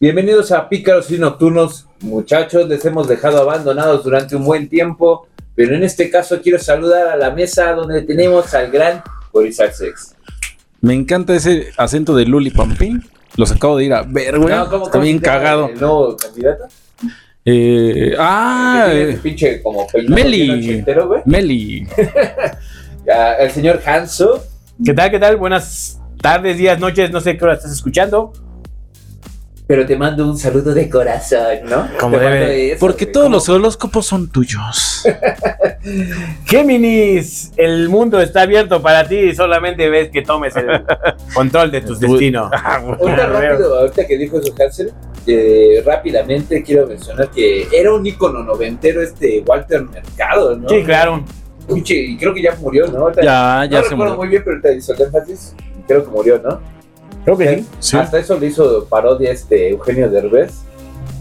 Bienvenidos a Pícaros y Nocturnos, muchachos, les hemos dejado abandonados durante un buen tiempo, pero en este caso quiero saludar a la mesa donde tenemos al gran Boris Sex. Me encanta ese acento de Luli Pampín. Los acabo de ir a ver, güey. No, ¿cómo- Está cómo bien se llama cagado. el nuevo candidato? Eh, ah, Que tiene eh, ese pinche como peinado Meli. bien ochentero, güey. Meli. Ah, El señor Hanso. ¿Qué tal? ¿Qué tal? Buenas tardes, días, noches, no sé qué hora estás escuchando. Pero te mando un saludo de corazón, ¿no? Como Te mando debe. eso, Porque güey, todos como- los horóscopos son tuyos. Géminis, el mundo está abierto para ti y solamente ves que tomes el control de tus Du- destinos. Ah, Ahorita rápido, ahorita que dijo eso Hansel, eh, rápidamente quiero mencionar que era un ícono noventero este Walter Mercado, ¿no? Sí, claro. Pinche, y creo que ya murió, ¿no? Ahorita- Ya, ya no se recuerdo murió. muy bien, pero te hizo el énfasis. Creo que murió, ¿no? Creo que sí. Sí. Hasta eso le hizo parodia este Eugenio Derbez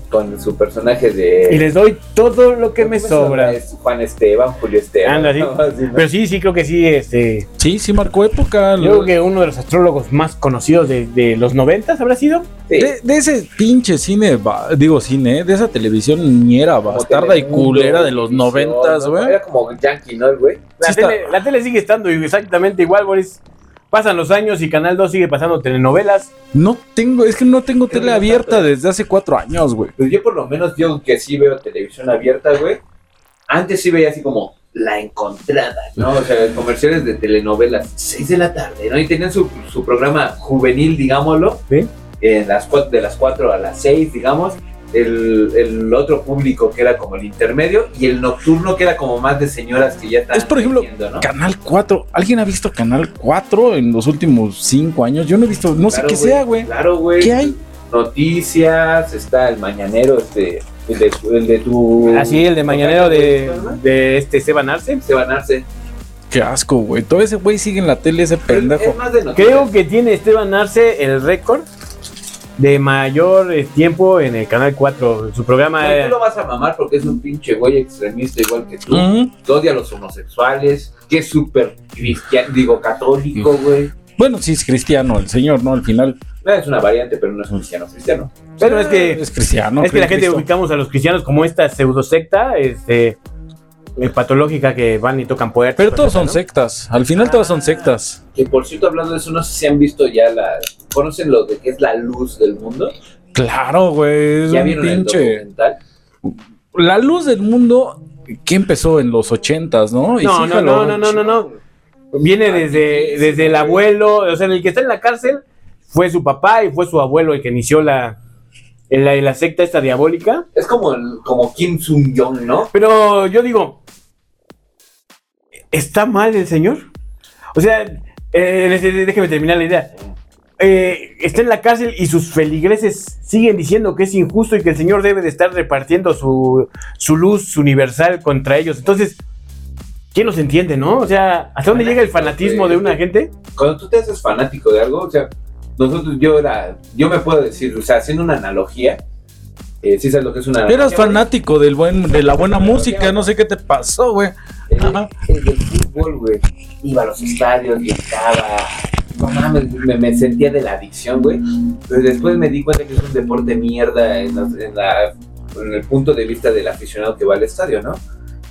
con su personaje de. Y les doy todo lo que me ¿Cómo se llama? sobra. Es Juan Esteban, Julio Esteban. Anda, sí. ¿no? Así, ¿no? Pero sí, sí, creo que sí. Este, sí, sí marcó época. yo creo que uno de los astrólogos más conocidos de, de los noventas habrá sido. Sí. De, de ese pinche cine, ba- digo cine, ¿eh? de esa televisión ñera, Como bastarda y Telemundo, culera de los Televisión, noventas, ¿no? güey. Era como Yankee, ¿no, el güey? La, Sí está- tele, la tele sigue estando exactamente igual, Boris. Pasan los años y Canal 2 sigue pasando telenovelas. No tengo, es que no tengo Pero tele no abierta tanto. desde hace cuatro años, güey. Pues yo por lo menos yo que sí veo televisión abierta, güey. Antes sí veía así como la encontrada, ¿no? O sea, comerciales de telenovelas, 6 de la tarde, ¿no? Y tenían su, su programa juvenil, digámoslo, Sí. en las cua- de las 4 a las 6, digamos, el, el otro público que era como el intermedio y el nocturno que era como más de señoras que ya están Es, por ejemplo, creciendo, ¿no? Canal 4. ¿Alguien ha visto Canal 4 en los últimos cinco años? Yo no he visto, no sé Claro, qué sea, güey. Claro, güey. ¿Qué hay? Noticias, está el mañanero, este, el de, el de tu... Así, Ah, el de mañanero de, ¿Cómo se llama? de este Esteban Arce. Esteban Arce. Qué asco, güey. Todo ese güey sigue en la tele, ese Es pendejo. más de noticias. Creo que tiene Esteban Arce el récord de mayor eh, tiempo en el Canal 4. Su programa Güey, era- Tú lo vas a mamar porque es un pinche güey extremista igual que tú. Mm. Ujú. Que odia a los homosexuales. Que es súper cristiano, digo, católico, güey. Bueno, sí es cristiano el señor, ¿no? Al final. No, es una variante, pero no es cristiano cristiano. Pero es que, Es cristiano. es que creo la en gente Cristo. ubicamos a los cristianos como esta pseudosecta este, eh, patológica que van y tocan puertas. Pero todos son ¿no? sectas. Al final todas son sectas. Que por cierto, hablando de eso, no sé si han visto ya la. ¿Conocen lo de que es la luz del mundo? Claro, güey. Es ya un vieron el pinche. documental. La luz del mundo que empezó en los ochentas, ¿no? Y sí, No, no, jaló no, no, no, no, no. Viene desde, desde el abuelo, o sea, el que está en la cárcel fue su papá y fue su abuelo el que inició la, la, la secta esta diabólica. Es como, el- como Kim Sung-jong, ¿no? Pero yo digo, ¿está mal el señor? O sea, eh, dé- déjeme terminar la idea. Eh, está en la cárcel y sus feligreses siguen diciendo que es injusto y que el señor debe de estar repartiendo su, su luz universal contra ellos. Entonces, ¿quién los entiende, no? O sea, ¿hasta dónde llega el fanatismo de una gente? cuando tú te haces fanático de algo, o sea, nosotros, yo era, yo me puedo decir, o sea, haciendo una analogía, eh, sí sabes lo que es una analogía. Eras fanático del buen, de la buena música, no sé qué te pasó, güey. Eh, Ajá. el del fútbol, güey. Iba a los estadios, gritaba. No mames, me, me sentía de la adicción, güey. Pero después me di cuenta que es un deporte mierda en, las- en la- en el punto de vista del aficionado que va al estadio, ¿no?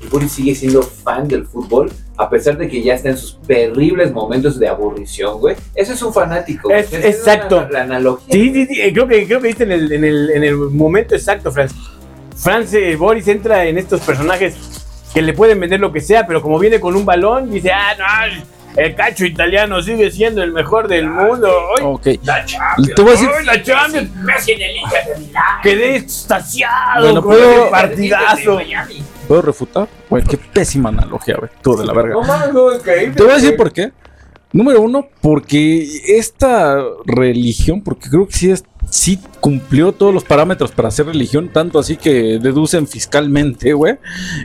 El Puri sigue siendo fan del fútbol, a pesar de que ya está en sus terribles momentos de aburrición, güey. Eso es un fanático. güey. Es- Esa es exacto. la- la analogía. Sí, sí, sí, eh, creo que, creo que viste en el, en el- en el momento exacto, Franz. Franz eh, Boris entra en estos personajes que le pueden vender lo que sea, pero como viene con un balón, dice, ah, no, el cacho italiano sigue siendo el mejor del mundo. Ay, Ok. Te voy a decir. ay, la Champions, Messi en el Inter de Milán. quedé extasiado Bueno, con pero- el partidazo. ¿Puedo refutar? Güey, qué pésima analogía, güey. Tú de la verga. No mames, güey, increíble. Te voy a decir güey. por qué. Número uno, porque esta religión, porque creo que sí, es, sí cumplió todos los parámetros para ser religión, tanto así que deducen fiscalmente, güey.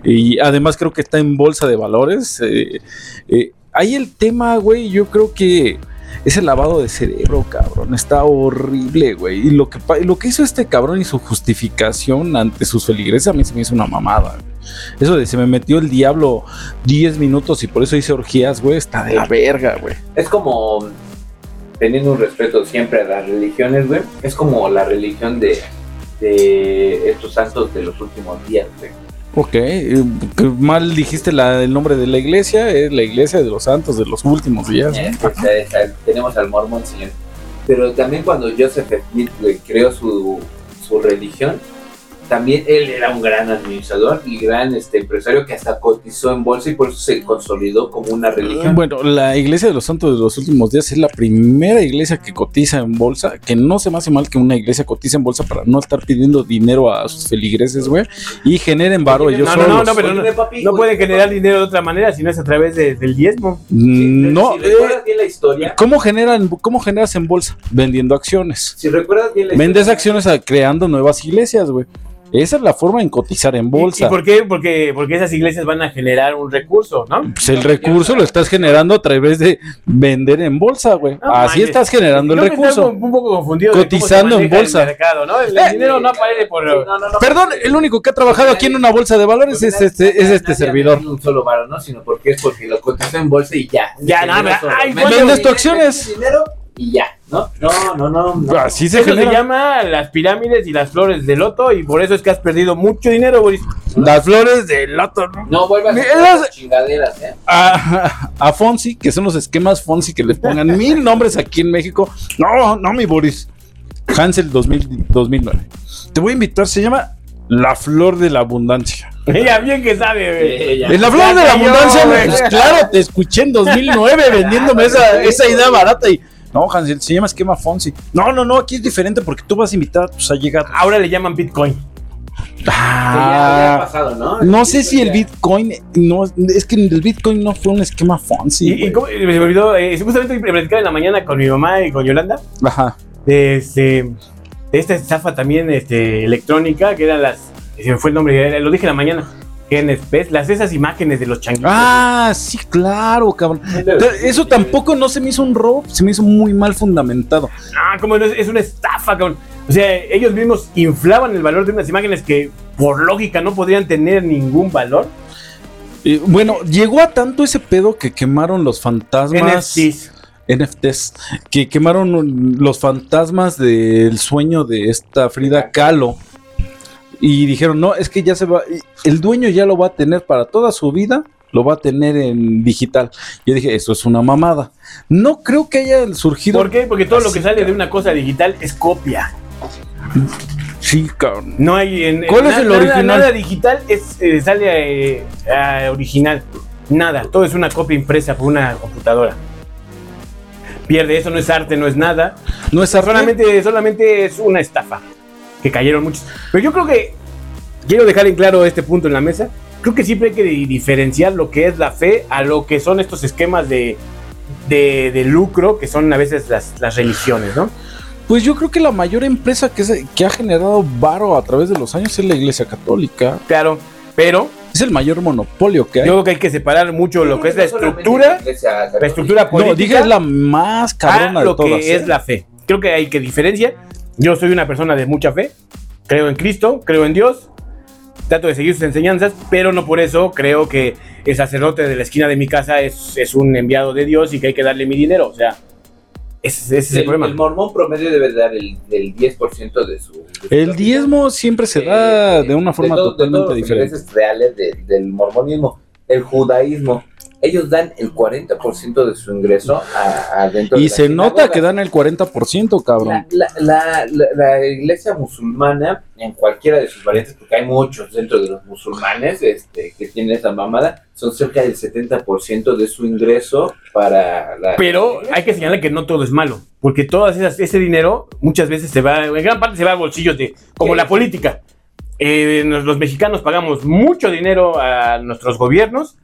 Y además creo que está en bolsa de valores. eh, eh, ahí el tema, güey, yo creo que es el lavado de cerebro, cabrón. Está horrible, güey. Y lo que, pa- lo que hizo este cabrón y su justificación ante sus feligreses a mí se me hizo una mamada. güey. Eso de se me metió el diablo 10 minutos y por eso hice orgías, güey, está de la verga, güey. Es como teniendo un respeto siempre a las religiones, güey, es como la religión de, de estos santos de los últimos días, güey. Ok, eh, que mal dijiste la- el nombre de la iglesia, es la iglesia de los santos de los últimos días. Eh, pues, eh, eh, tenemos al mormón, señor. Pero también cuando Joseph Smith güey, creó su, su religión, también él era un gran administrador y gran este, empresario que hasta cotizó en bolsa y por eso se consolidó como una religión. Bueno, la iglesia de los santos de los últimos días es la primera iglesia que cotiza en bolsa, que no se me hace mal que una iglesia cotice en bolsa para no estar pidiendo dinero a sus feligreses, güey, y generen varo ellos No, no, no, solos. no, pero Óyeme, papi, No oye, pueden papi, generar dinero de otra manera, sino es a través de- del diezmo. si- Mm, No, si eh, recuerdas bien la historia, ¿cómo generan, cómo generas en bolsa? Vendiendo acciones. si recuerdas bien la Vendes historia- acciones a- creando nuevas iglesias, güey. Esa es la forma en cotizar en ¿Y, bolsa. y por qué? Porque, porque esas iglesias van a generar un recurso, ¿no? Pues el recurso lo estás generando a través de vender en bolsa, güey. No Así manches. estás generando el Creo que estás recurso. un poco confundido. de cómo se Cotizando en maneja bolsa. El, mercado, ¿no? el Eh, dinero no aparece por. Sí, no, no, no. Perdón, el único que ha trabajado aquí en una bolsa de valores Porque pues, es nadie- este, es nadie- este nadie servidor. vende un solo varo, ¿no? Sino porque es porque lo cotizó en bolsa y ya. Ya, Se nada, generó pero- solo. ay, Metes güey. Vendes tus dinero, acciones. Ah, metes dinero y ya, ¿no? No, no, no. no. Así se Eso se genera. llama las pirámides y las flores de loto, y por eso es que has perdido mucho dinero, Boris. Las flores del loto. ¿no? No vuelvas a Mira, hacer esas- esas chingaderas, ¿eh? A, a Fonsi, que son los esquemas Fonsi que le pongan mil nombres aquí en México. No, no, mi Boris. Hansel 2000 2009. Te voy a invitar, se llama La Flor de la Abundancia. Ella bien que sabe, güey. Sí, ya. En la flor Ya de la cayó, abundancia, güey. pues, claro, te escuché en 2009 vendiéndome esa, esa idea barata y no, Hansel, se llama esquema Fonsi. No, no, no, aquí es diferente porque tú vas a invitar a tus allegados. Ahora le llaman Bitcoin. Sí, ya, ya ha pasado, ¿no? Ah. no sé si el Ya. Bitcoin, no, es que el Bitcoin no fue un esquema Fonsi. y, y güey. cómo- se me olvidó, eh, justamente platicaba en la mañana con mi mamá y con Yolanda Ajá. de, este, de esta estafa también este, electrónica, que eran las. Se me fue el nombre, eh, lo dije en la mañana. Que en espes, las esas imágenes de los changuitos. Ah, sí, claro, cabrón. Te- Eso tampoco no se me hizo un robo, se me hizo muy mal fundamentado. Ah, como no, es, es una estafa, cabrón. O sea, ellos mismos inflaban el valor de unas imágenes que por lógica no podrían tener ningún valor. Eh, bueno, llegó a tanto ese pedo que quemaron los fantasmas. NFTs. NFTs que quemaron un- los fantasmas del sueño de esta Frida Kahlo. Y dijeron, no, es que ya se va, el dueño ya lo va a tener para toda su vida, lo va a tener en digital. Yo dije, eso es una mamada. No creo que haya surgido. ¿Por qué? Porque todo lo Así, que sale de una cosa digital es copia. Sí, cabrón. No hay en. en ¿Cuál es na- el nada- original? Nada digital es, eh, sale eh, ah, original. Nada. Todo es una copia impresa por una computadora. Pierde, eso no es arte, no es nada. No es arte. solamente, solamente es una estafa. Que cayeron muchos. Pero yo creo que. Quiero dejar en claro este punto en la mesa. Creo que siempre hay que di- diferenciar lo que es la fe a lo que son estos esquemas de, de, de lucro que son a veces las, las religiones, ¿no? Pues yo creo que la mayor empresa que, se- que ha generado varo a través de los años es la Iglesia Católica. Claro. Pero Es el mayor monopolio que yo hay. creo que hay que separar mucho lo que es la No solamente estructura, la iglesia la estructura no, política. dije es la más cabrona a Ah, lo de todas. que ¿eh? es la fe. Creo que hay que diferenciar. Yo soy una persona de mucha fe, creo en Cristo, creo en Dios, trato de seguir sus enseñanzas, pero no por eso creo que el sacerdote de la esquina de mi casa es, es un enviado de Dios y que hay que darle mi dinero. O sea, ese, ese es El, el problema. el mormón promedio debe dar el, el 10% de su. de su El diezmo siempre se da de una forma todo- de totalmente todos los diferente. intereses reales de- del mormonismo, el judaísmo. Ellos dan el 40% de su ingreso a, a dentro de Y la se nota sinagoga. que dan el 40%, cabrón. La, la, la- la- la iglesia musulmana, en cualquiera de sus variantes, porque hay muchos dentro de los musulmanes este, que tienen esa mamada, son cerca del 70% de su ingreso para la. Pero hay que señalar que no todo es malo, porque todas esas, ese dinero muchas veces se va, en gran parte se va a bolsillos de, como Sí. la política. Eh, nos- los mexicanos pagamos mucho dinero a nuestros gobiernos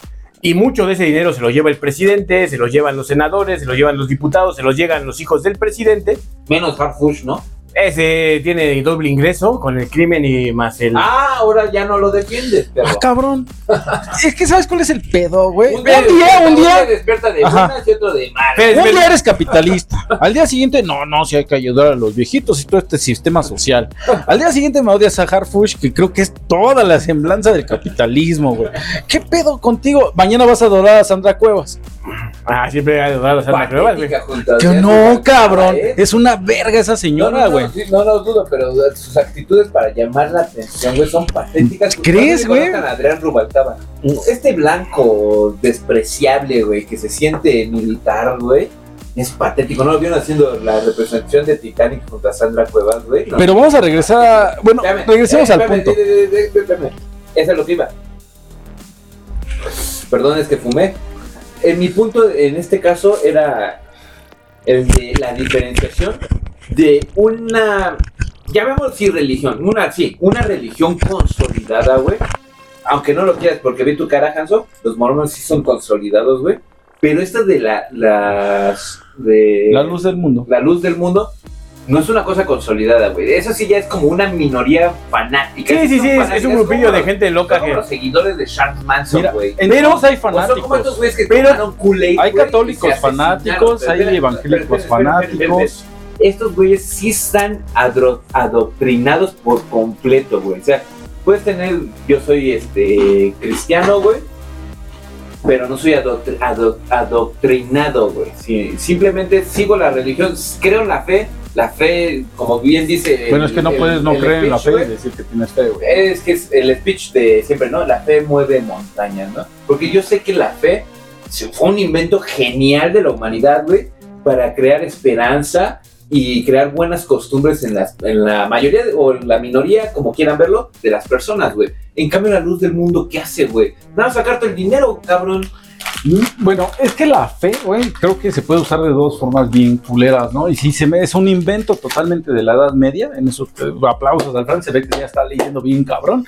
y mucho de ese dinero se lo lleva el presidente, se lo llevan los senadores, se lo llevan los diputados, se lo llegan los hijos del presidente. Menos Farfush, ¿no? Ese tiene doble ingreso con el crimen y más el... Ah, ahora ya no lo defiendes, pero. Ah, cabrón. es que sabes cuál es el pedo, güey. Un día día, despierta- un día. despierta de Ajá. buenas y otro de malas. Espérate, Un espérate. día eres capitalista. Al día siguiente, no, no, si hay que ayudar a los viejitos y todo este sistema social. Al día siguiente me odias a Harfush, que creo que es toda la semblanza del capitalismo, güey. ¿Qué pedo contigo? Mañana vas a adorar a Sandra Cuevas. Ah, siempre ha dado las armas nuevas, güey. Patética junto a Que Dios, no, güey. cabrón. ¿Eh? Es una verga esa señora, güey. No, no, sí, no, lo dudo, pero sus actitudes para llamar la atención, güey, son patéticas. ¿Crees, Ustedes güey? conozcan a Adrián Rubalcaba. Este blanco despreciable, güey, que se siente militar, güey, es patético. ¿No lo vieron haciendo la representación de Titanic junto a Sandra Cuevas, güey? No. Pero vamos a regresar a... Bueno, Espérame, regresemos eh, al espérame, punto. eh, eh, eh, espérame. Esa es lo que iba. Perdón, es que fumé. En mi punto, en este caso, era el de la diferenciación de una, llamémoslo si religión, una, sí, una religión consolidada, güey. Aunque no lo quieras, porque vi tu cara, Hanso, los mormones sí son consolidados, güey. Pero esta de la, las, de... La luz del mundo. La luz del mundo no es una cosa consolidada, güey. Eso sí ya es como una minoría fanática. Sí, sí, sí, es, es un grupillo de gente loca. loca Son como que. los seguidores de Charles Manson, Mira, güey. en Pero- todos hay O son como estos fanáticos. güeyes que Pero- tomaron Kool-Aid, Hay güey, católicos y se asesinaron. fanáticos, hay Espera, evangélicos espera, espera, espera, espera, fanáticos. espera. Estos güeyes sí están adro- adoctrinados por completo, güey. O sea, puedes tener, yo soy este cristiano, güey, pero no soy adoctr- ado- adoctrinado, güey. Sí, simplemente sigo la religión, creo en la fe, la fe, como bien dice. Bueno, el- es que no el- puedes no el creer en la fe speech, y güey. decir que tienes fe, güey. Es que es el speech de siempre, ¿no? La fe mueve montañas, ¿no? Porque yo sé que la fe se- fue un invento genial de la humanidad, güey, para crear esperanza y crear buenas costumbres en, las, en la mayoría de- o en la minoría, como quieran verlo, de las personas, güey. En cambio, la luz del mundo, ¿qué hace, güey? Nada, más sacarte el dinero, cabrón. Mm, Bueno, es que la fe, güey, creo que se puede usar de dos formas bien culeras, ¿no? Y si se me es un invento totalmente de la Edad Media, en esos eh, aplausos al Fran se ve que ya está leyendo bien cabrón.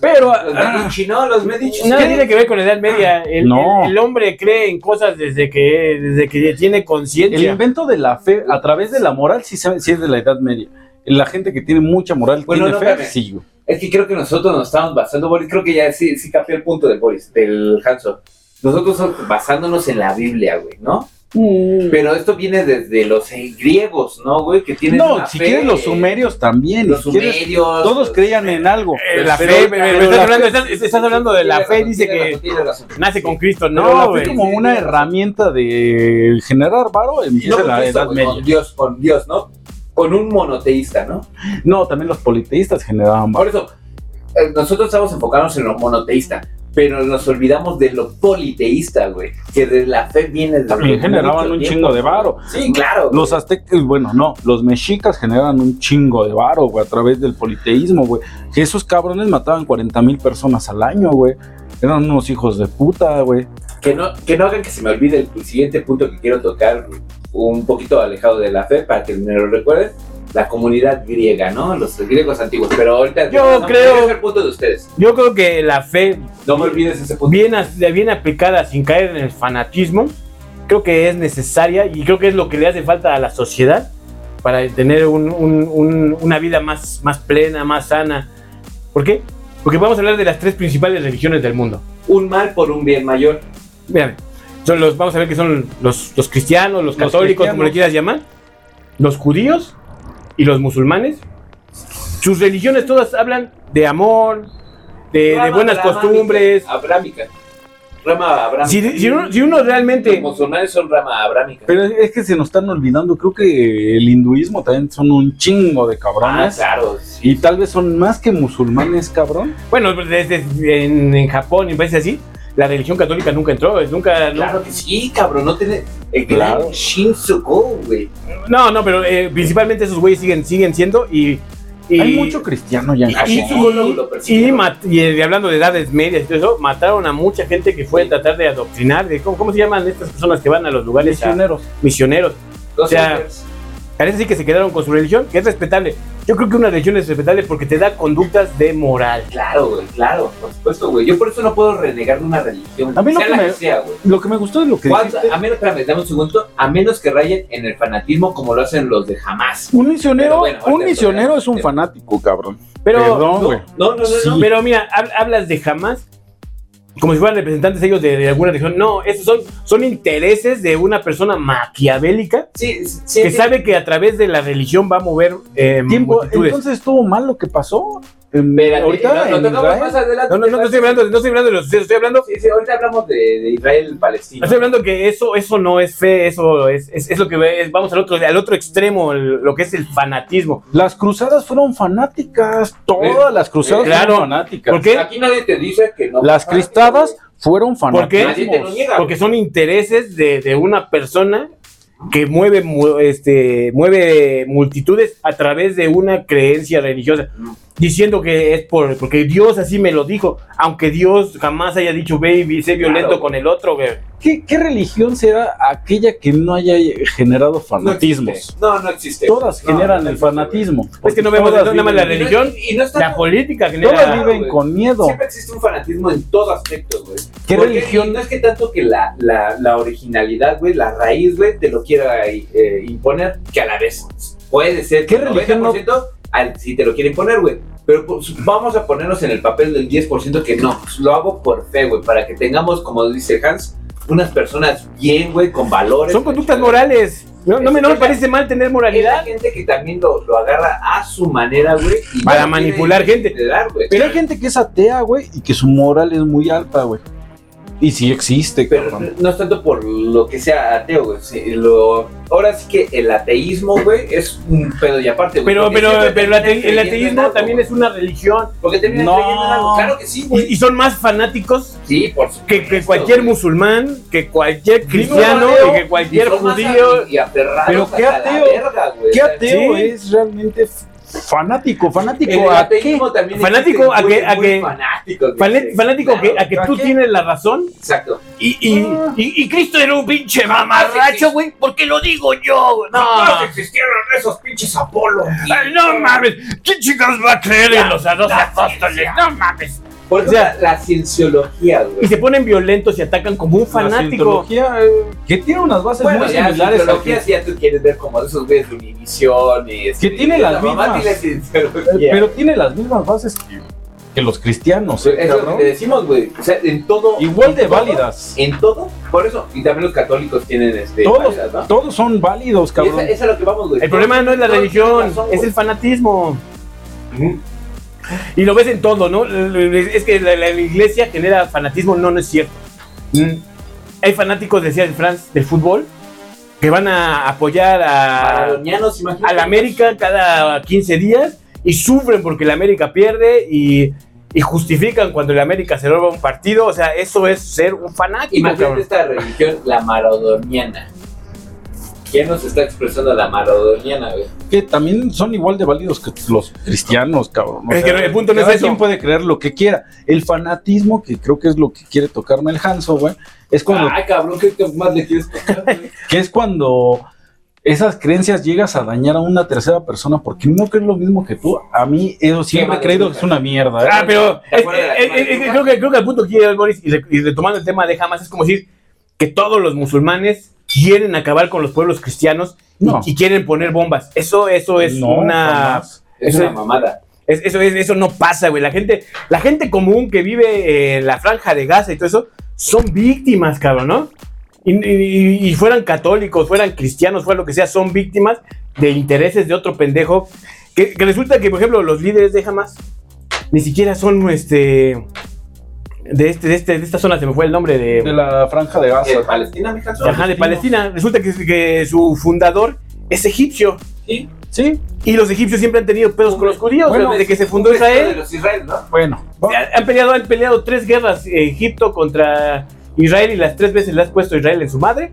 Pero Los Medici, ¿no? Los Medici. ¿Qué ¿qué? tiene que ver con la Edad Media? El, No. el- el hombre cree en cosas desde que, desde que tiene el conciencia. invento de la fe a través de la moral sí, se- sí es de la Edad Media. La gente que tiene mucha moral Bueno, tiene no, fe, espérame. sí, güey. Es que creo que nosotros nos estamos basando, Boris, creo que ya sí, sí capté el punto del Boris, del Hanso. Nosotros estamos basándonos en la Biblia, güey, ¿no? Pero esto viene desde los eh, griegos, ¿no, güey? Que tienen No, una si fe, quieres los eh, sumerios también. los si quieres- sumerios. todos creían en algo. Eh, la Pero- fe, me- me- pero me estás la hablando, fe- estás, estás hablando de la Tienes fe, razón, dice tienes que razón, tienes razón. nace con Cristo. Pero la No, fe güey. como Sí, una tienes razón. herramienta de generar varo Sí. No empieza con la Cristo, Edad güey, Media. Con Dios, con Dios, ¿no? Con un monoteísta, ¿no? No, también los politeístas generaban varo. Por eso, eh, nosotros estamos enfocados en lo monoteísta, pero nos olvidamos de lo politeísta, güey. Que de la fe viene de. También generaban un chingo de varo. Sí, claro. güey. Los aztecas, bueno, no, los mexicas generaban un chingo de varo, güey, a través del politeísmo, güey. Que esos cabrones mataban 40 mil personas al año, güey. Eran unos hijos de puta, güey. Que no, que no hagan que se me olvide el, el siguiente punto que quiero tocar, un poquito alejado de la fe, para que me lo recuerden. La comunidad griega, ¿no? Los griegos antiguos. Pero ahorita. Yo no, creo- quiero ver el punto de ustedes. Yo creo que la fe No me olvides ese punto. bien, as- bien aplicada sin caer en el fanatismo, creo que es necesaria y creo que es lo que le hace falta a la sociedad para tener un- un- un- una vida más, más plena, más sana. ¿Por qué? Porque vamos a hablar de las tres principales religiones del mundo. Un mal por un bien mayor. Mírame, son los, vamos a ver que son los, los cristianos, los, Los católicos, como le cristianos. quieras llamar, los judíos y los musulmanes. Sus religiones todas hablan de amor, Eh, de, de Rama buenas abrámica- costumbres. Abrámica. Rama abrámica. Si, si uno, si uno Los realmente... musulmanes son rama abrámica. Pero es que se nos están olvidando, creo que el hinduismo también son un chingo de ah, cabrones. claro. sí. Y tal vez son más que musulmanes, cabrón. Bueno, pues, desde en, en Japón y en países así, la religión católica nunca entró, es nunca... nu- Claro que sí, cabrón. No tiene. El gran Claro. Shinzo Go, güey. No, no, pero eh, principalmente esos güeyes siguen, siguen siendo y... y- Hay mucho cristiano ya en y- y, Japón. Así como lo- lo y, persiguieron. y mat- y, eh, hablando de edades medias y todo eso, mataron a mucha gente que fue a tratar de adoctrinar, de cómo, cómo se llaman estas personas que van a los lugares a- Misioneros. misioneros. Los O sea, Lakers. Parece sí que se quedaron con su religión, que es respetable. Yo creo que una religión es respetable porque te da conductas de moral. Claro, güey, claro, por supuesto, güey. Yo por eso no puedo renegar de una religión. A mí lo sea que la me- sea, güey. Lo que me gustó de lo que ¿Cuánto- dijiste, A menos, espérame, dame un segundo. A menos que rayen en el fanatismo como lo hacen los de jamás. un misionero, Pero bueno, ahorita un misionero todavía- es un fanático, cabrón. Pero Perdón, No, güey. no, no, no, Sí. no. Pero mira, hab- hablas de jamás como si fueran representantes ellos de, de alguna religión. No, esos son, son intereses de una persona maquiavélica Sí, sí, que sí. sabe que a través de la religión va a mover eh, eh. Tiempo, multitudes. entonces estuvo mal lo que pasó. En- Espérate, ahorita eh, lo- lo en tocamos Israel. más adelante. No, no, no, no estoy hablando, no estoy hablando de los sucesos, estoy hablando, Sí, sí, ahorita hablamos de, de Israel-Palestina. estoy hablando que eso, eso no es fe, eso es, es, es lo que ve, es- vamos al otro, al otro extremo, el- lo que es el fanatismo. Las cruzadas fueron fanáticas, todas las cruzadas eh, claro. fueron fanáticas. ¿Por qué? Aquí nadie te dice que no. Las cristadas fueron ¿Por qué? fanáticas. Nadie te lo niega. Porque son intereses de, de una persona que mueve, mu- este, mueve multitudes a través de una creencia religiosa, Mm. diciendo que es por, porque Dios así me lo dijo, aunque Dios jamás haya dicho, baby, sé violento Claro. con el otro, güey. ¿Qué, qué religión será aquella que no haya generado fanatismos? No, no existe. Todas No, generan no el existe, güey. fanatismo. Es que no vemos Todas entonces nada más la viven- religión, Y no, y no está la política Todas Claro, genera... viven güey. con miedo. Siempre existe un fanatismo en todo aspecto, güey. ¿Qué Porque religión? No es que tanto que la, la, la originalidad, güey, la raíz, güey, te lo quiera eh, imponer, que a la vez puede ser ¿Qué que religión no- 90% al, si te lo quiere imponer, güey. Pero pues, vamos a ponernos en el papel del 10% que no, pues, lo hago por fe, güey, para que tengamos, como dice Hans, unas personas bien, güey, con valores. Son güey. conductas morales. No, no me, no me parece mal tener Es la moralidad, gente que también lo, lo agarra a su manera, güey. y Para lo quiere manipular gente. generar, güey. Pero hay gente que es atea, güey, y que su moral es muy alta, güey. Y sí existe, Pero cabrón. no es tanto por lo que sea ateo, güey. sí, lo- ahora sí que el ateísmo, güey, es un pedo y aparte, güey. pero, porque pero, siempre pero el terminan ate- creyendo el en ateísmo algo, también güey. es una religión. Porque terminan No. creyendo en algo. Claro que sí, güey. Y, y son más fanáticos Sí, por supuesto. que, que cualquier güey. musulmán, que cualquier Digo, cristiano, ateo, y que cualquier Y son más judío. a- Y aferrados Pero hasta qué la ateo, verga, güey, ¿Qué o sea, ateo sí. es realmente f- fanático? El ¿Fanático a qué? ateísmo también Fanático existe, a güey, que- a muy que- fanático, güey. fale- Fanático que, a que ¿a tú qué? tienes la razón Exacto. y, y, Ah. y, y Cristo era un pinche mamarracho, güey, porque lo digo yo. No, No existieron esos pinches Apolo. Ay, no mames, ¿qué chicas va a creer en los a doce apóstoles? No mames. Por O sea- sea, la cienciología, güey. Y se ponen violentos y atacan como un La fanático. cientología, eh, que tiene unas bases Bueno, muy ya, similares a psicología, si ya tú quieres ver como esos güeyes de Univision y este, Que tiene y las la mamá mismas. Eh, tiene cienciología. pero tiene las mismas bases que, que los cristianos, eh, es lo cabrón. que te decimos, güey. O sea, en todo. Igual de en todo, válidas. En todo, por eso. Y también los católicos tienen este. Todos, válidas, ¿no? todos son válidos, Y esa, cabrón. esa es a lo que vamos, güey. El problema no es la Todos religión, tienen razón, es güey. el fanatismo. Ujú. Y lo ves en todo, ¿no? Es que la, la iglesia genera fanatismo, no, no es cierto. Mm. Hay fanáticos, decía el Franz, del fútbol, que van a apoyar a, Maradonianos, imagínate. Ah, a la América cada 15 días y sufren porque la América pierde y, y justifican cuando la América se roba un partido. O sea, eso es ser un fanático. Imagínate cabrón. esta religión, la maradoniana. ¿Quién nos está expresando la maradoniana, güey? Que también son igual de válidos que los cristianos, cabrón. O Es sea, que el punto no es cada eso. quien puede creer lo que quiera. El fanatismo, que creo que es lo que quiere tocarme el Hanso, güey, es cuando Ay, Ah, cabrón, ¿qué qué más le quieres tocar, güey? que es cuando esas creencias llegas a dañar a una tercera persona porque no crees lo mismo que tú. A mí eso siempre he mala creído suerte. que es una mierda. ¿eh? Ah, pero ¿Te es- acuerdas de la es- semana es- de es- creo, que, creo que al punto que llega el Boris, y, re- y retomando el tema de Hamas, es como decir que todos los musulmanes quieren acabar con los pueblos cristianos y- No. y, quieren poner bombas. Eso, eso es No, una. jamás. Es Ese- una mamada. es- eso, es- eso no pasa, güey. La gente, la gente común que vive en la franja de Gaza y todo eso son víctimas, cabrón, ¿no? Y, y- y fueran católicos, fueran cristianos, fuera lo que sea, son víctimas de intereses de otro pendejo. Que, que resulta que, por ejemplo, los líderes de Hamas ni siquiera son este. De, este, de, este, de esta zona, se me fue el nombre de. De la franja de Gaza. ¿De Palestina, mi canción? ajá, de Palestina. Resulta que, que su fundador es egipcio. Sí. Sí, Y los egipcios siempre han tenido pedos con los judíos. Bueno, pues, desde que se fundó Israel. pues, De los Israel, ¿no? bueno. Han han peleado, han peleado tres guerras eh, Egipto contra Israel y las tres veces le has puesto a Israel en su madre.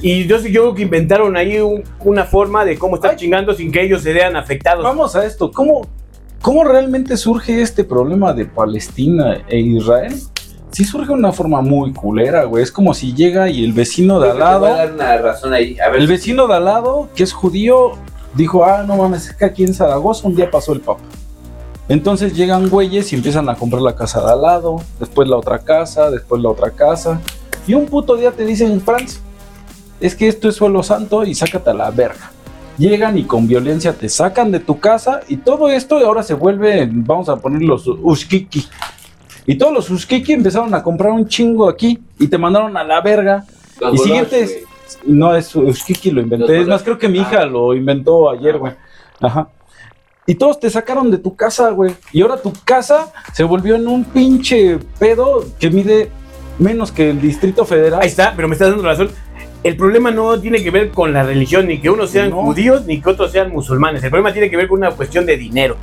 Y yo, sí- yo creo que inventaron ahí un- una forma de cómo estar Ay. chingando sin que ellos se vean afectados. Vamos a esto. ¿Cómo, ¿Cómo realmente surge este problema de Palestina e Israel? Sí surge de una forma muy culera, güey. Es como si llega y el vecino de al Te voy a lado, dar una razón ahí. A ver, el vecino de al lado, que es judío, dijo, ah, no mames, es que aquí en Zaragoza un día pasó el papa. Entonces llegan güeyes y empiezan a comprar la casa de al lado, después la otra casa, después la otra casa. Y un puto día te dicen, Franz, es que esto es suelo santo y sácate a la verga. Llegan y con violencia te sacan de tu casa y todo esto ahora se vuelve, vamos a poner los uskiki. Y todos los uskiki empezaron a comprar un chingo aquí y te mandaron a la verga. los y bolos, siguientes- güey. No, es uskiki, lo Los inventé. Es más, colores. creo que mi Ah. hija lo inventó ayer, güey. Ajá. Y todos te sacaron de tu casa, güey. Y ahora tu casa se volvió en un pinche pedo que mide menos que el Distrito Federal. Ahí está, pero me estás dando razón. El problema no tiene que ver con la religión, ni que unos sean No. judíos, ni que otros sean musulmanes. El problema tiene que ver con una cuestión de dinero.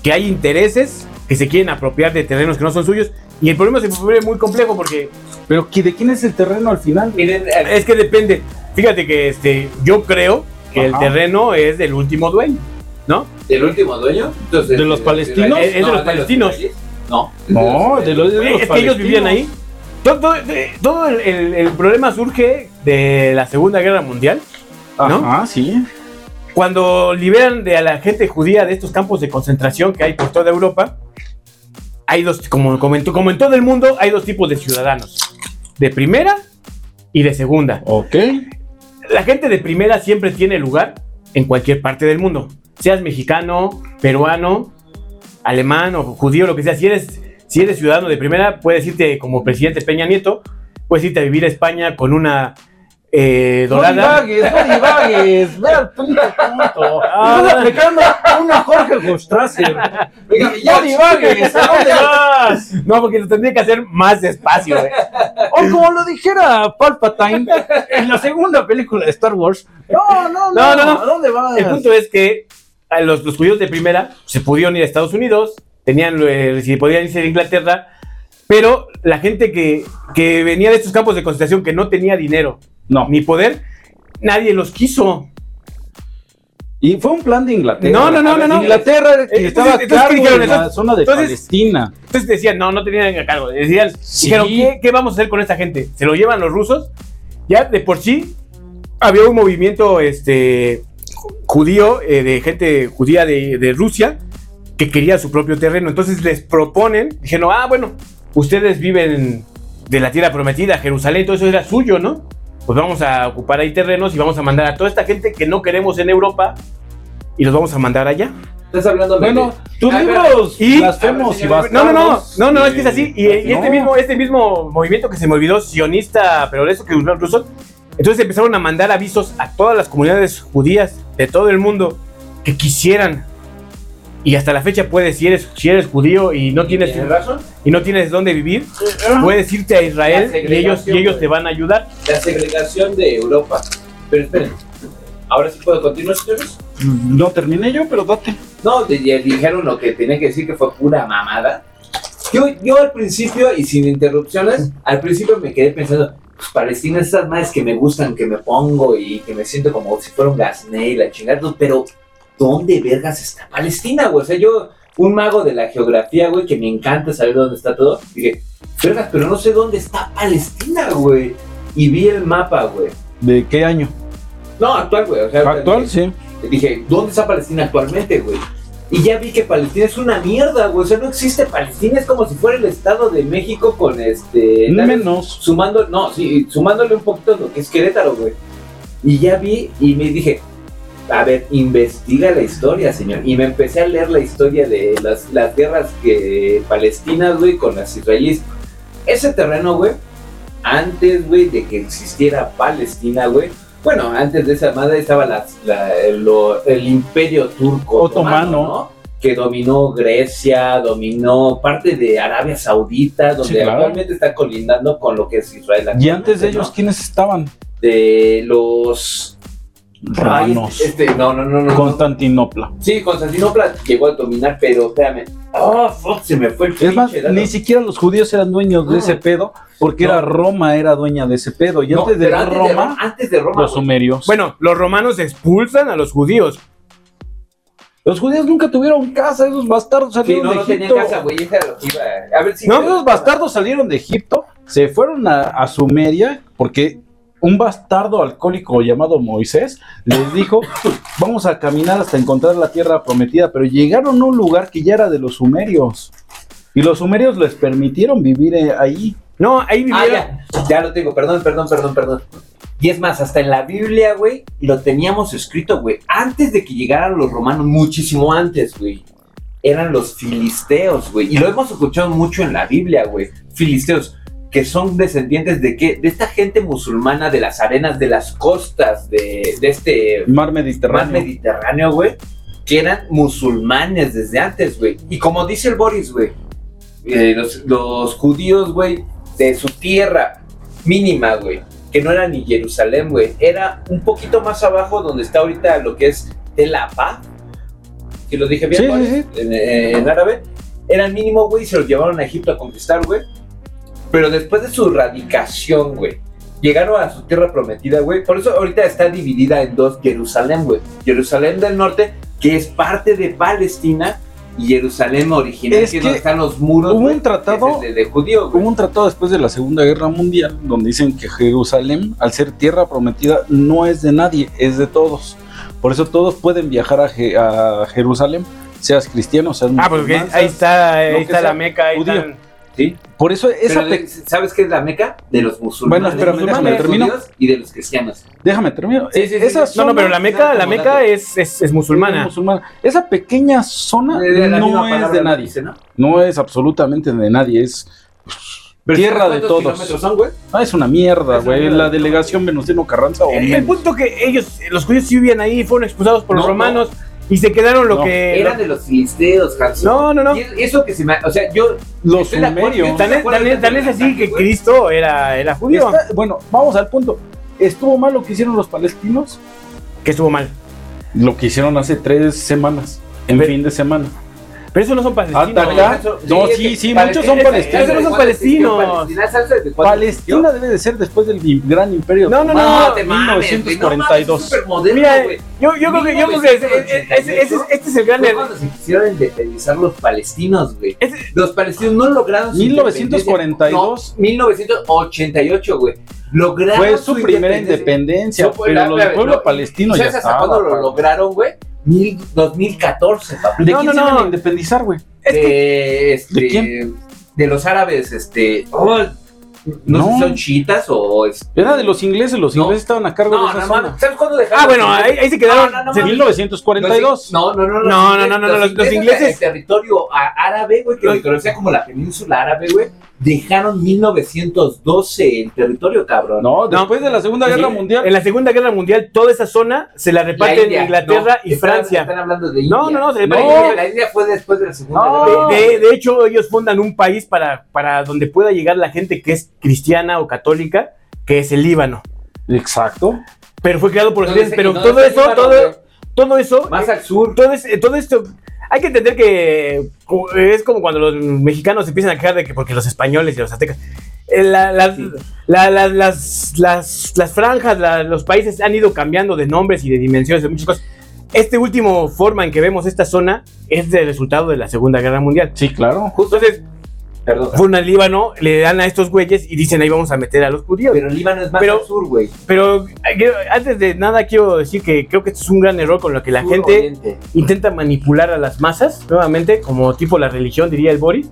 Que hay intereses que se quieren apropiar de terrenos que no son suyos. Y el problema se vuelve muy complejo porque Pero ¿qui- ¿de quién es el terreno al final? Miren, eh, es que depende. Fíjate que este, yo creo que el Ajá. terreno es del último dueño, ¿no? ¿del último dueño? Entonces, eh, ¿De los palestinos? israelíes. Es de los palestinos. israelíes. No. No, de los, de los Güey, es que ellos palestinos. vivían ahí. Todo, todo- eh, todo el, el- el problema surge de la Segunda Guerra Mundial, ¿no? Ajá, sí. Cuando liberan de a la gente judía de estos campos de concentración que hay por toda Europa, hay dos, como, como en, to- como en todo el mundo, hay dos tipos de ciudadanos. De primera y de segunda. Ok. La gente de primera siempre tiene lugar en cualquier parte del mundo. Seas mexicano, peruano, alemán o judío, lo que sea. Si eres, si eres ciudadano de primera, puedes irte como presidente Peña Nieto, puedes irte a vivir a España con una eh, dorada. divagues, no divagues. Ve al punto, punto. Ah, Estás aplicando una Jorge Gostrasser. Venga, No Village. divagues. ¿a dónde vas? No, porque lo tendría que hacer más despacio. eh. O como lo dijera Palpatine en la segunda película de Star Wars. No, no, no. No, no, no. ¿A dónde vas? El punto es que a los, los judíos de primera se pudieron ir a Estados Unidos, tenían, eh, si podían irse a Inglaterra, pero la gente que, que venía de estos campos de concentración que no tenía dinero No. ni poder, nadie los quiso. Y fue un plan de Inglaterra. No, no, no, A ver, no, no. Inglaterra era el que Entonces, estaba a entonces, cargo ¿qué dijeron? de la Entonces- zona de entonces- Palestina. Entonces decían, no, no tenían a cargo. Decían, Sí. dijeron, ¿qué, qué vamos a hacer con esta gente? ¿Se lo llevan los rusos? Ya de por sí había un movimiento este, judío, eh, de gente judía de, de Rusia, que quería su propio terreno. Entonces les proponen, dijeron, ah, bueno, ustedes viven de la tierra prometida, Jerusalén, todo eso era suyo, ¿no? Pues vamos a ocupar ahí terrenos y vamos a mandar a toda esta gente que no queremos en Europa y los vamos a mandar allá. Estás hablando Bueno, tus A ver, libros y- a ver, blasfemos y señor, bastardos. Pues, No, no, no, no, no, es que es así. Y, y No. este, mismo, este mismo movimiento que se me olvidó, sionista, pero de eso que usó el ruso, entonces empezaron a mandar avisos a todas las comunidades judías de todo el mundo que quisieran. Y hasta la fecha puedes, si eres, si eres judío y no tienes, razón. y no tienes dónde vivir, puedes irte a Israel y ellos, y ellos te van a ayudar. La segregación de Europa. Pero esperen. Ahora sí puedo continuar, señores. No terminé yo, pero date. No, de- ya dijeron lo que tenía que decir que fue pura mamada. Yo, yo al principio, y sin interrupciones, al principio me quedé pensando, pues Palestina, estas madres que me gustan, que me pongo y que me siento como si fuera un gasné y la chingada, no, pero ¿dónde vergas está Palestina, güey? O sea, yo, un mago de la geografía, güey, que me encanta saber dónde está todo, dije, vergas, pero no sé dónde está Palestina, güey. Y vi el mapa, güey. ¿De qué año? No, actual, güey. O sea, Actual, sí. dije, ¿dónde está Palestina actualmente, güey? Y ya vi que Palestina es una mierda, güey. O sea, no existe Palestina, es como si fuera el Estado de México con este. tal vez Menos. Sumando, no, sí, sumándole un poquito lo que es Querétaro, güey. Y ya vi y me dije, a ver, investiga la historia, señor. Y me empecé a leer la historia de las, las guerras que palestinas, güey, con las israelíes. Ese terreno, güey, antes, güey, de que existiera Palestina, güey. Bueno, antes de esa madre estaba la- la- el, lo- el imperio turco Otomano. ¿no? que dominó Grecia, dominó parte de Arabia Saudita, donde claro. actualmente está colindando con lo que es Israel. Y antes de actualmente, ¿no? ellos, ¿quiénes estaban? de los Ay, Romanos. este, este, no, no, no, no. no. Constantinopla. Sí, Constantinopla llegó a dominar, pero espérame. Oh, fuck, se me fue el Es más, pinche dato. ni siquiera los judíos eran dueños No. de ese pedo, porque No. era Roma era dueña de ese pedo. Y No, antes de pero antes de Roma, Roma, antes de Roma, los güey. sumerios. Bueno, los romanos expulsan a los judíos. los judíos nunca tuvieron casa, esos bastardos Sí, salieron no, de no tenían Egipto. casa, güey. esa era lo que iba- A ver si. No, esos bastardos salieron de Egipto, se fueron a, a Sumeria, porque un bastardo alcohólico llamado Moisés les dijo, vamos a caminar hasta encontrar la tierra prometida, pero llegaron a un lugar que ya era de los sumerios. Y los sumerios les permitieron vivir eh, ahí. No, ahí Ah, vivieron. ya, ya lo tengo, perdón, perdón, perdón, perdón. Y es más, hasta en la Biblia, güey, lo teníamos escrito, güey. Antes de que llegaran los romanos, muchísimo antes, güey. Eran los filisteos, güey. Y lo hemos escuchado mucho en la Biblia, güey. Filisteos, que son descendientes de qué? De esta gente musulmana de las arenas, de las costas, de, de este mar Mar Mediterráneo. Mediterráneo, güey. que eran musulmanes desde antes, güey. Y como dice el Boris, güey, eh, los, los judíos, güey, de su tierra mínima, güey, que no era ni Jerusalén, güey, era un poquito más abajo donde está ahorita lo que es Tel Abad, que lo dije bien, Sí, Boris? sí, En, eh, en árabe, era el mínimo, güey, y se los llevaron a Egipto a conquistar, güey. Pero después de su radicación, güey, llegaron a su tierra prometida, güey. Por eso ahorita está dividida en dos Jerusalén, güey. Jerusalén del norte, que es parte de Palestina, y Jerusalén original, Es que, es que donde están los muros, Hubo güey, un tratado, de, de, de judíos, güey. hubo un tratado después de la Segunda Guerra Mundial donde dicen que Jerusalén, al ser tierra prometida, no es de nadie, es de todos. Por eso todos pueden viajar a, Je- a Jerusalén, seas cristiano, seas Ah, porque musulmán, ahí seas- está, ahí lo que está sea, la Meca, ahí judío. están- Sí. Por eso esa Pero, pe- ¿Sabes qué es la meca? De los musulmanes, espera, de déjame, los termino. judíos y de los cristianos. déjame terminar. Sí, sí, sí, Esa sí. No, zona- no, pero la Meca, la Meca es, es, es es musulmana. musulmana. Esa pequeña zona De- de la no misma es palabra de que nadie. dice, ¿no? No es absolutamente de nadie. Es pues, tierra de ¿cuántos kilómetros todos. son, güey? Ah, es una mierda, Es una güey. mierda. Eh, La delegación Venustiano Carranza o El, el pues, menos. punto que ellos, los judíos sí vivían ahí, fueron expulsados por los No, no. romanos y se quedaron lo No. que... Era de los filisteos, Hanson. No, no, no. Y es- eso que se me. O sea, yo. Los Estoy de acuerdo, sumerios. yo- Tan es, tan es- tan es así que Güey. Cristo era, era judío, Está- bueno, vamos al punto. ¿Estuvo mal lo que hicieron los palestinos? que estuvo mal. Lo que hicieron hace tres semanas. En Pero- fin de semana. Pero eso no son palestinos. Hasta acá. eso- No, sí, es sí, que sí, Palestina- muchos son es- palestinos. esos no son Palestinos. palestinos, ¿sabes de cuándo existió? Palestina debe de ser después del gran imperio. No, no, otomano, no, No, te mames, güey, no mames, es 1942. supermoderno, Mira, güey. Yo, yo creo que, yo creo que ese- ese- ese- ese- este es el gran Fue error. cuando se quisieron independizar los palestinos, güey. Ese- Los palestinos no lograron su 1942. independencia. No, 1988, güey. Lograron Fue su primera independencia. independencia, No, pues, pero la- lo la- del pueblo no, palestino ya ¿Sabes hasta estaba. cuándo lo pa- lograron, güey? Mil- 2014, papá. ¿De No, quién no, se no. van a independizar, güey? Es que- de, este, ¿De de los árabes, este. oh, no, sé No. si son chiitas o. es- Era de los ingleses, los No. ingleses estaban a cargo de No, esa no, zona. mames. ¿Sabes cuándo dejaron? Ah, bueno, los ahí, ingleses? ahí se quedaron. No, no, no, se- mames. 1942. No, no, no, No, no, no, no, no, los- los ingleses- El territorio a- árabe, güey, que Los- se conocía como la península árabe, güey, dejaron 1912 el territorio, cabrón. No, después de la Segunda Sí, Guerra Mundial. En la Segunda Guerra Mundial, toda esa zona se la La reparten India, Inglaterra no, y están- Francia. Están hablando de India. No, no, no, se La reparten. India- La India fue después de la Segunda No. Guerra Mundial. De, de hecho, ellos fundan un país para, para donde pueda llegar la gente que es cristiana o católica, que es el Líbano. Exacto. Pero fue creado por los Entonces, ingleses, pero ¿y dónde todo está eso, Líbano, todo, güey? todo eso, eh, Más al sur. todo, es- todo esto, hay que entender que co- es como cuando los mexicanos se empiezan a quejar de que porque los españoles y los aztecas, eh, la- la- Sí. la- la- las, las, las franjas, la- los países han ido cambiando de nombres y de dimensiones, de muchas cosas. Este último forma en que vemos esta zona es del resultado de la Segunda Guerra Mundial. Sí, claro. Entonces, Perdón. Fueron al Líbano, le dan a estos güeyes y dicen ahí vamos a meter a los judíos. Pero, Pero Líbano es más Pero- al sur, güey. eh, quiero- antes de nada quiero decir que creo que esto es un gran error con lo que la Sur, gente oriente. intenta manipular a las masas, nuevamente, como tipo la religión diría el Boris,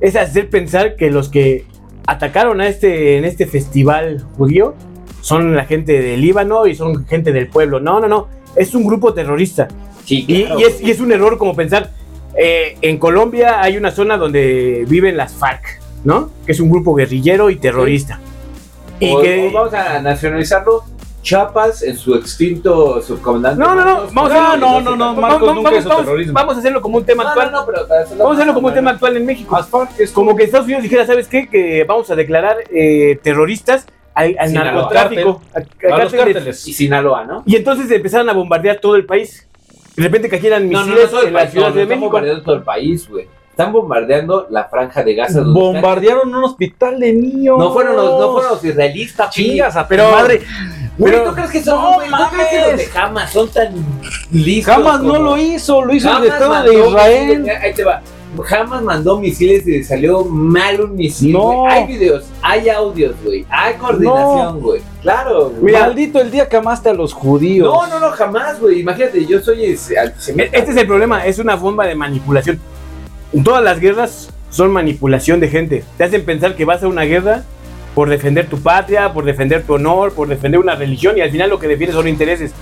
es hacer pensar que los que atacaron a este, en este festival judío son la gente del Líbano y son gente del pueblo. No, no, no, es un grupo terrorista. Sí, Y, claro, y es, güey. y es un error como pensar, eh, en Colombia hay una zona donde viven las FARC, ¿no? Que es un grupo guerrillero y terrorista. Y O- que... o vamos a nacionalizarlo. Chiapas en su extinto subcomandante. no, no, no, Marcos, vamos No, a... no, no, no, Marcos vamos- nunca vamos- hizo vamos- terrorismo. Vamos a hacerlo como un tema No, actual. no, no, pero para hacerlo Vamos a hacerlo más- como un tema actual en México. más fácil, es Como que Estados Unidos dijera, ¿sabes qué? Que vamos a declarar eh, terroristas al, al Sí, al narcotráfico. a- A a los cárteles. Y cárteles. Sinaloa, ¿no? Y entonces empezaron a bombardear todo el país. De repente cayeran No, no, misiles no, todo el en la país, no, Ciudad no de están México. bombardeando todo el país, güey. Están bombardeando la franja de Gaza. donde Bombardearon un hospital de niños. están- No fueron los, no fueron los israelíes, papi. Chingas a Pero- pero madre. Güey, pero- ¿tú crees que son, No güey, ¿tú crees que los de mames. Hamas son tan listos? Jamás como- no lo hizo, lo hizo el Hamas Estado de mandó Israel. misiles, ahí te va. Jamás mandó misiles y le salió mal un misil. No. güey. Hay videos, hay audios, güey. Hay coordinación, güey. Claro, güey. Mira, Maldito el día que amaste a los judíos. No, no, no, jamás, güey. Imagínate, yo soy ese- E- antisemita. Este es el problema, es una bomba de manipulación. Todas las guerras son manipulación de gente. Te hacen pensar que vas a una guerra por defender tu patria, por defender tu honor, por defender una religión y al final lo que defiendes son intereses.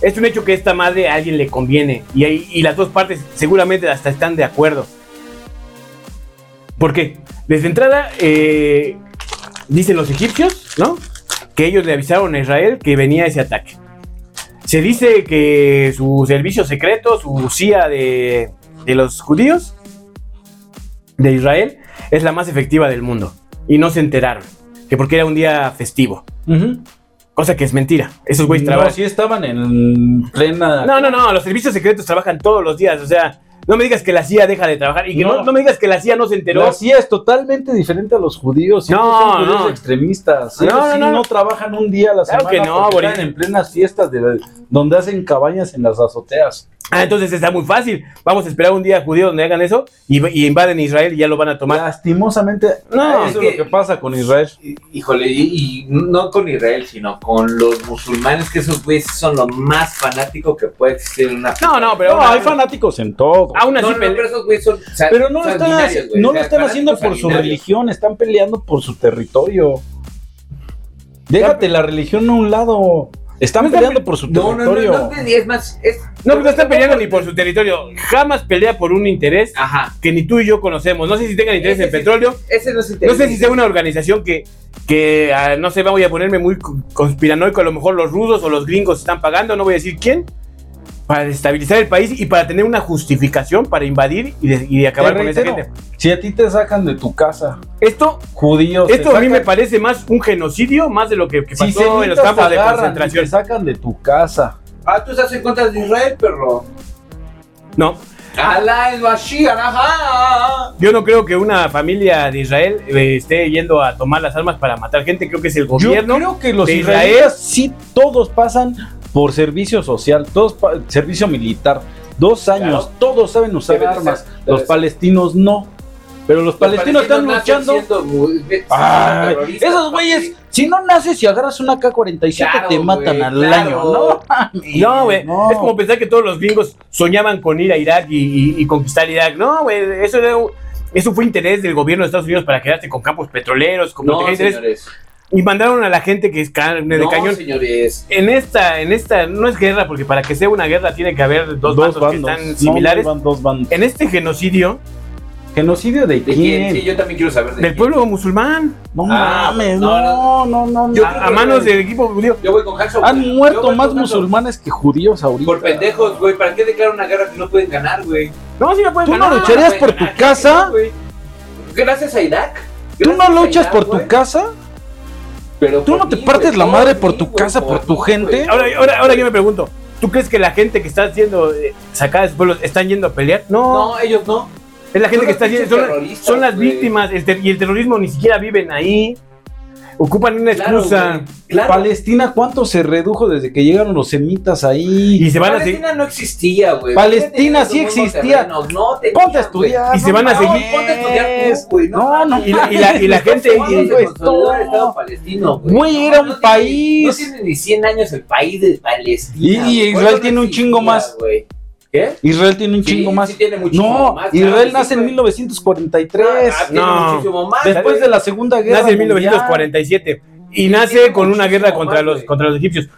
Es un hecho que esta madre a alguien le conviene y, ahí- y las dos partes seguramente hasta están de acuerdo. ¿Por qué? Desde entrada, eh, dicen los egipcios, ¿no? Que ellos le avisaron a Israel que venía ese ataque. Se dice que su servicio secreto, su CIA de, de los judíos de Israel, es la más efectiva del mundo. Y no se enteraron, que porque era un día festivo. Ujú. Cosa que es mentira. Esos güeyes No, trabajan. sí estaban en plena. No, no, no, los servicios secretos trabajan todos los días, o sea, no me digas que la CIA deja de trabajar y que no, No. no me digas que la CIA no se enteró. La CIA es totalmente diferente a los judíos. No, ellos son judíos no. extremistas. No, Ellos no, sí no. trabajan un día a la Claro semana. que no, porque Boris. están en plenas fiestas de- donde hacen cabañas en las azoteas. Ah, entonces está muy fácil. Vamos a esperar un día judío donde hagan eso y, y invaden Israel y ya lo van a tomar. Lastimosamente, No, eso es, es que- lo que pasa con Israel. Híjole, y, y no con Israel, sino con los musulmanes, que esos güeyes son lo más fanático que puede existir en una. No, no, pero No, aún, hay fanáticos en todo. aún No, así no, no, pele- pero esos güeyes son. sa- Pero no lo están, sanguinarios, haci- güey, no o lo sea, están haciendo por fanáticos su sanguinarios. religión, están peleando por su territorio. Déjate la religión a un lado. Están No están peleando por su No, no, no, territorio. no, no, y es más. Es, no, no están peleando ni por su territorio. Jamás pelea por un interés Ajá. que ni tú y yo conocemos. No sé si tengan interés Ese en sí. petróleo. Ese no es No inteligente. sé si sea una organización que, que ah, no sé, voy a ponerme muy co- conspiranoico. A lo mejor los rusos o los gringos están pagando, no voy a decir quién, para destabilizar el país y para tener una justificación para invadir y, de- y Te acabar con esa reitero, gente. si a ti te sacan de tu casa, Esto, judíos, te esto a mí sacan- me parece más un genocidio, más de lo que, que si pasó en los semitas campos de agarran y concentración. te sacan de tu casa. Ah, tú estás en contra de Israel, perro. No, Ah. Alá el Bashir, ajá. yo no creo que una familia de Israel eh, esté yendo a tomar las armas para matar gente. Creo que es el gobierno. Yo creo que los de israelíes Israel. sí todos pasan por servicio social, todos pa- servicio militar, dos años, todos saben usar Debe de armas. ser, debe los de ser. palestinos no, pero los, palestinos, están nacen luchando. siendo mu- Ay, terroristas, esos papi. güeyes, si no naces y agarras una K-47 Claro, te matan güey, al claro. año, ¿no? No, güey. No. Es como pensar que todos los gringos soñaban con ir a Irak y, y- y conquistar Irak. No, güey. Eso, era un- eso fue interés del gobierno de Estados Unidos para quedarse con campos petroleros, con No, proteger intereses, señores. Y mandaron a la gente que es carne de no, cañón. señores. En esta, en esta, no es guerra, porque para que sea una guerra tiene que haber dos, bandos, que están no, similares. van dos bandos. en este genocidio Genocidio de ¿De quién? Sí, quién? yo también quiero saber de del quién. pueblo musulmán, No Ah, mames, no, no, no, no. no. Yo creo a, a que- manos del equipo judío. Yo voy con Hanson. Han güey. Yo muerto voy más con Hanson. musulmanes que judíos ahorita. Por pendejos, güey. ¿Para qué declaran una guerra que no pueden ganar, güey? Ah, No, sí la pueden ¿Tú no ganar. lucharías güey, por tu ganar, casa? güey. Gracias a Irak. ¿Tú no Gracias a luchas Irak, por tu güey. casa? Pero ¿Tú por no te mí, partes güey, la madre mí, por tu güey, casa, por tu mí, gente? güey. Ahora, ahora, ahora yo me pregunto, ¿tú crees que la gente que está siendo eh, sacada de sus pueblos están yendo a pelear? No, No, ellos no. es la son gente que los está pinches yendo, son, la- terroristas, son las güey. víctimas el ter- y el terrorismo ni siquiera viven ahí. Ocupan una Claro, excusa güey, claro. Palestina, ¿cuánto se redujo desde que llegaron los semitas ahí? y se van a seguir. Palestina no existía, güey. Palestina Tenían sí sus mismos existía. terrenos, No tenían, Ponte a güey. estudiar. Y se van a No, seguir. ponte a estudiar tú, güey. Ah, No, no. mames. Y la, y la- y la gente. Estamos y- hablando de esto. consolidar el Estado palestino, güey. "Pues, Güey, era un tiene- país. no tiene ni 100 años el país de Palestina. Y- y güey. Israel Bueno, no tiene un existía, chingo más. güey. ¿Qué? Israel tiene un Sí, chingo sí más. tiene muchísimo No, más, claro Israel que sí, nace en güey. 1943. Ah, tiene No. muchísimo más, después güey. de la Segunda Guerra nace en Mundial. 1947 y Sí, nace tiene con una guerra muchísimo contra más, los, güey. contra los egipcios.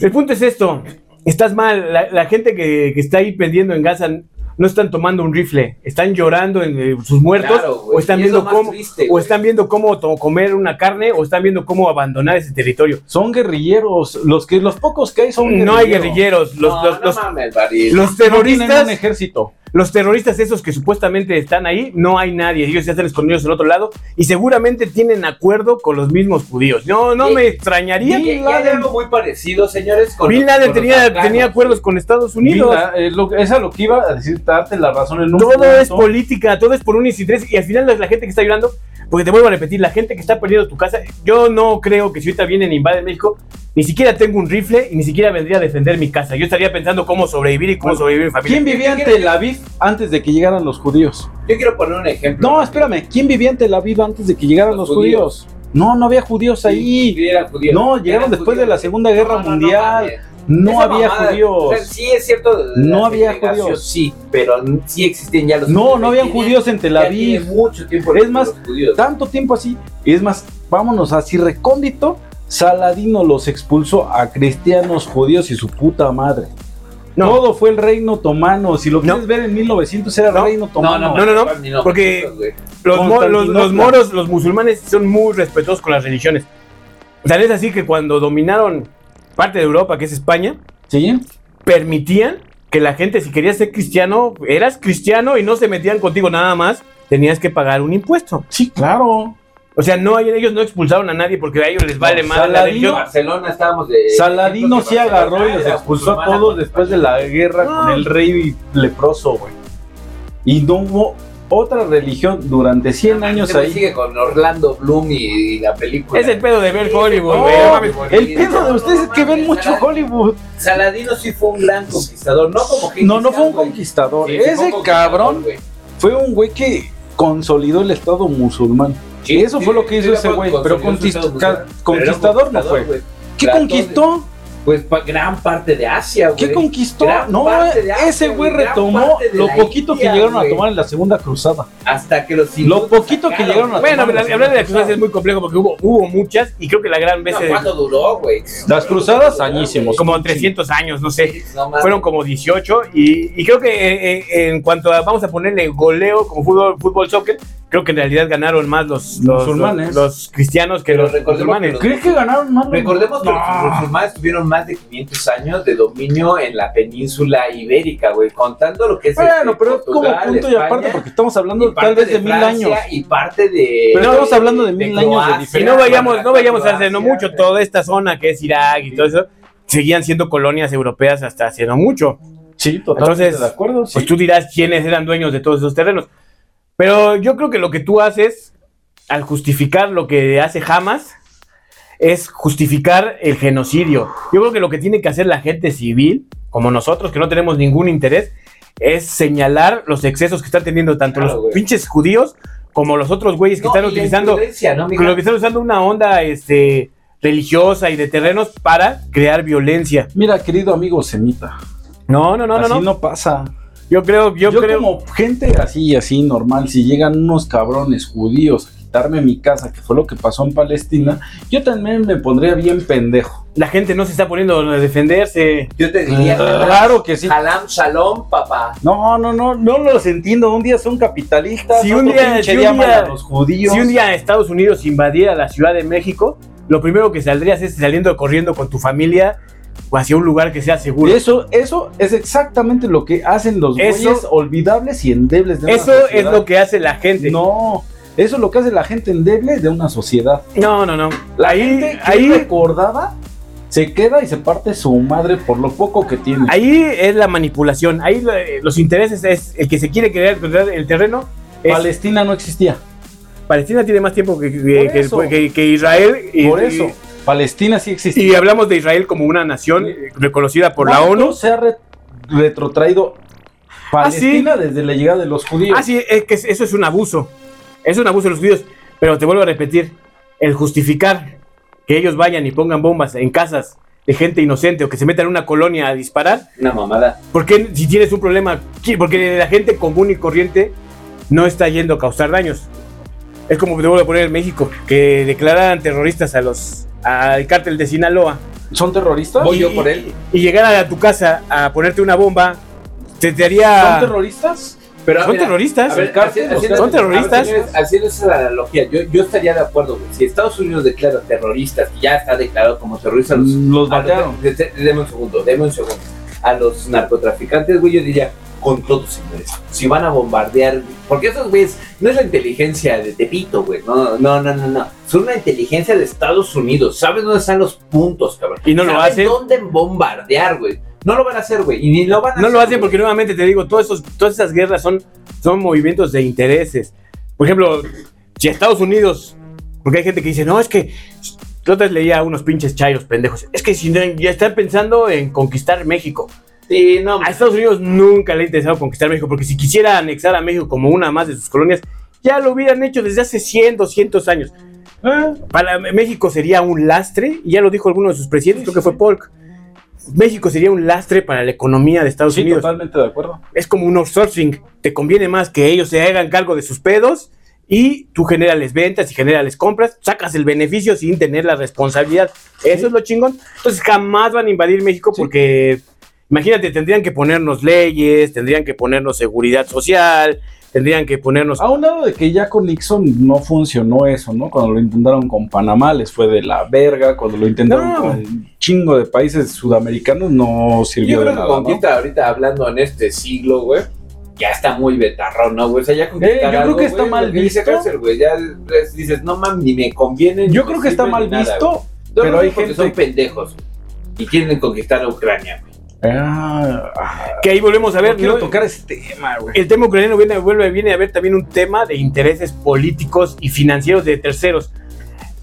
El punto es esto, estás mal, la, la gente que, que está ahí pendiendo en Gaza no están tomando un rifle, están llorando en eh, sus muertos Claro, güey. o están Y es lo viendo más cómo triste, o güey. están viendo cómo to- comer una carne o están viendo cómo abandonar ese territorio. Son guerrilleros. Los, que, los pocos que hay son No hay guerrilleros, los, No, los- no los- mames, Baris. los No tienen terroristas un ejército. los terroristas esos que supuestamente están ahí, no hay nadie. Ellos ya están escondidos en otro lado y seguramente tienen acuerdo con los mismos judíos. No, no Sí. me extrañaría. Y- y Bin hay Laden, algo muy parecido, señores. Con Bin los- Laden con los tenía, afganos, tenía acuerdos güey. con Estados Unidos. Mira, eh, lo- esa lo que iba a decir, darte la razón en un todo punto. es política, todo es por un interés y al final la- la gente que está llorando, porque te vuelvo a repetir, la gente que está perdiendo tu casa, yo no creo que si ahorita vienen e invaden México, ni siquiera tengo un rifle y ni siquiera vendría a defender mi casa. Yo estaría pensando cómo sobrevivir y cómo Bueno, sobrevivir en familia. ¿Quién vivía en Tel Aviv antes de que llegaran los judíos? Yo quiero poner un ejemplo. No, espérame, ¿quién vivía en Tel Aviv antes de que llegaran los, Los judíos? No, no había judíos Sí, ahí. sí, eran judíos. No, llegaron Eran después de la judíos. Segunda Guerra No, no, no, Mundial. mames. No, Esa había mamada, o sea, judíos. sí, es cierto. de- de No la había segregación, judíos. Sí, pero n- sí existían ya los No, judíos. no habían Tiene- judíos en Tel ya tiene Aviv. mucho tiempo Es los más, judíos. Tanto tiempo así. Y es más, vámonos así recóndito. Saladino los expulsó a cristianos, judíos y su puta madre. No. Todo fue el reino otomano. Si lo No. quieres ver en 1900 era No. reino No, otomano. no, no, no, ni porque- güey. Ah, Los, mo- los, Constantinopla. los moros, los musulmanes son muy respetuosos con las religiones. Tal es así que cuando dominaron parte de Europa, que es España, ¿Sí? permitían que la gente, si querías ser cristiano, eras cristiano y no se metían contigo nada más, tenías que pagar un impuesto. Sí, claro. O sea, no, ellos no expulsaron a nadie porque a ellos les vale No, más la Saladino- religión. Barcelona estábamos de. Saladino ejemplo, sí que Barcelona agarró y los era expulsó a musulmana todos contra después de la guerra con el rey leproso, güey. Y no hubo otra religión durante 100 años Este güey ahí. Sigue con Orlando Bloom y, y la película. Es el pedo de ver Hollywood, No, güey. no mames. El pedo de ustedes es que ven mucho Hollywood. Saladino sí fue un gran conquistador, no como Gengis No, no fue un Khan, güey. conquistador. Sí, sí fue un Ese conquistador, cabrón güey. fue un güey que consolidó el Estado musulmán. Sí, Eso sí, fue lo que hizo sí, ese fue güey, pero consolidó su conquist- Estado ca- musulmán. conquistador Pero era no fue. güey. ¿Qué Trató de- conquistó? Pues pa- gran parte de Asia, güey. ¿Qué conquistó? Gran No, parte de Asia, ese güey güey, gran retomó parte de lo la poquito que India, llegaron a güey. tomar en la segunda cruzada. Hasta que los Lo poquito que llegaron a Bueno, tomar pero hablar de las cruzadas es muy complejo porque hubo, hubo muchas y creo que la gran vez No, es ¿Cuánto duró, güey? eh? Las cruzadas, añísimos. como 300 años, no sé. No mames. Fueron como 18 y, y creo que eh, eh, en cuanto a, vamos a ponerle goleo como fútbol, fútbol, soccer, creo que en realidad ganaron más los, los, Musulmanes. los, los cristianos que Pero los recordemos musulmanes. que ¿Crees que ganaron más? los- Recordemos que No. los musulmanes tuvieron más de 500 años de dominio en la península ibérica, güey, contando lo que es Bueno, este, pero es como Portugal, punto y España, aparte porque estamos y hablando tal parte vez de mil Francia, años. Y parte de. Pero estamos hablando de mil años de Y diferencia. no vayamos, no vayamos hace no Croacia, mucho, toda esta zona que es Irak y todo eso, seguían siendo colonias europeas hasta hace no mucho. Sí, totalmente Entonces, de acuerdo. Pues sí. tú dirás quiénes eran dueños de todos esos terrenos. Pero yo creo que lo que tú haces al justificar lo que hace Hamas es justificar el genocidio. Yo creo que lo que tiene que hacer la gente civil, como nosotros, que no tenemos ningún interés, es señalar los excesos que están teniendo tanto Claro, los güey. pinches judíos como los otros güeyes que No, están y la utilizando imprudencia, ¿no, mija? lo que están usando una onda este, religiosa y de terrenos para crear violencia. Mira, querido amigo Semita, No, no, no, así no, no, no. pasa. Yo creo, yo, Yo, creo. como gente así, así normal, si llegan unos cabrones judíos a quitarme mi casa, que fue lo que pasó en Palestina, yo también me pondría bien pendejo. Ah, La gente no se está poniendo a defenderse. Yo te diría. Haram- Claro que sí. Halam Shalom, papá. No, no, no, no los entiendo. Un día son capitalistas, Si otro un día- pinche si un día aman día- a los judíos. Si un día Estados Unidos invadiera la Ciudad de México, lo primero que saldrías es saliendo corriendo con tu familia o hacia un lugar que sea seguro. Eso, eso es exactamente lo que hacen los Eso- güeyes olvidables y endebles de una Eso es sociedad. lo que hace la gente. No, eso es lo que hace la gente endeble de una sociedad. no, no. no. Ahí, Gente que es ahí, recordada se queda y se parte su madre por lo poco que tiene. ahí es la manipulación. Ahí lo- eh, los intereses es el que se quiere crear el terreno. es- Palestina no existía. Palestina tiene más tiempo que, que- Por que- eso. que- que Israel. y- por eso, Palestina sí Y, existía. y hablamos de Israel como una nación eh, reconocida por la ¿Cuánto ONU. se ha re- retrotraído Palestina desde la llegada de los judíos. Ah, sí, es que eso es un abuso. Es un abuso de los judíos. Pero te vuelvo a repetir, el justificar que ellos vayan y pongan bombas en casas de gente inocente o que se metan en una colonia a disparar, Una mamada. porque si tienes un problema, ¿qué? porque la gente común y corriente no está yendo a causar daños. Es como te vuelvo a poner en México, que declararan terroristas a los al cártel de Sinaloa. ¿Son terroristas? Voy yo por él. Y llegaran a tu casa a ponerte una bomba, te, te haría... ¿Son terroristas? Pero, Son mira, terroristas. A ver, cárcel, haciendo- o sea, haciendo- son terroristas. a ver, señores, Haciendo esa analogía, yo, yo estaría de acuerdo, güey. Si Estados Unidos declara terroristas, y ya está declarado como terroristas, los, Los a los- batearon. de- de- deme un segundo, deme un segundo. A los narcotraficantes, güey, yo diría, con todos, señores. Si van a bombardear, porque esos güeyes no es la inteligencia de Tepito, güey. No, no, no, no, no. Son una inteligencia de Estados Unidos. Saben dónde están los puntos, cabrón. Y no lo Saben hacen. dónde bombardear, güey. No lo van a hacer, güey. Y ni lo van a No hacer, lo hacen güey. porque nuevamente te digo, todos esos, todas esas guerras son, son movimientos de intereses. Por ejemplo, si Estados Unidos, porque hay gente que dice, no, es que yo te leía a unos pinches chairos pendejos, es que si no, ya están pensando en conquistar México. Sí, no, A Estados Unidos nunca le ha interesado conquistar México, porque si quisiera anexar a México como una más de sus colonias, ya lo hubieran hecho desde hace 100, 200 años. Para México sería un lastre, y ya lo dijo alguno de sus presidentes, creo que fue Polk. México sería un lastre para la economía de Estados Sí, Unidos totalmente de acuerdo. es como un outsourcing. Te conviene más que ellos se hagan cargo de sus pedos y tú generales ventas y generales compras, sacas el beneficio sin tener la responsabilidad. Eso es lo chingón. Entonces jamás van a invadir México Sí. porque, imagínate, tendrían que ponernos leyes, tendrían que ponernos seguridad social, tendrían que ponernos. A un lado de que ya con Nixon no funcionó eso, ¿no? Cuando lo intentaron con Panamá les fue de la verga, cuando lo intentaron No. con un chingo de países sudamericanos no sirvió Yo de creo que nada, ¿no? Conquista ahorita hablando en este siglo, güey. Ya está muy betarrón, ¿no, güey? O sea, ya conquistar Eh, yo creo algo, que está güey, mal lo dice visto. Hassel, güey, ya es- dices, no mames, ni me conviene. ni Yo me creo que está sirve, ni mal nada, güey. visto, No, pero hay porque gente... son pendejos güey, y quieren conquistar a Ucrania, güey. Ah, ah, Que ahí volvemos a a ver, ver. quiero ¿no? tocar ese tema, güey. El tema ucraniano viene, vuelve, viene a haber también un tema de intereses políticos y financieros de terceros.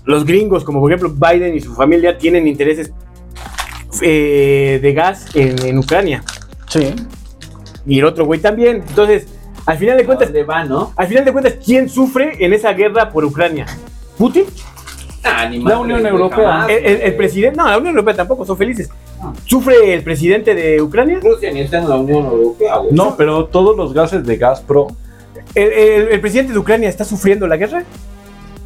Los gringos, como por ejemplo Biden y su familia, tienen intereses eh, de gas en, en Ucrania. Sí. Y el otro güey también. Entonces, al final de cuentas, ¿Dónde va, no? al final de cuentas, ¿quién sufre en esa guerra por Ucrania? ¿Putin? Ah, ni La madres, Unión güey, Europea. jamás, ¿El, el- el güey. presidente? No, la Unión Europea tampoco, son felices. No. ¿Sufre el presidente de Ucrania? Rusia ni está en la Unión Europea, güey. No, pero todos los gases de Gazprom ¿El, el- el presidente de Ucrania está sufriendo la guerra?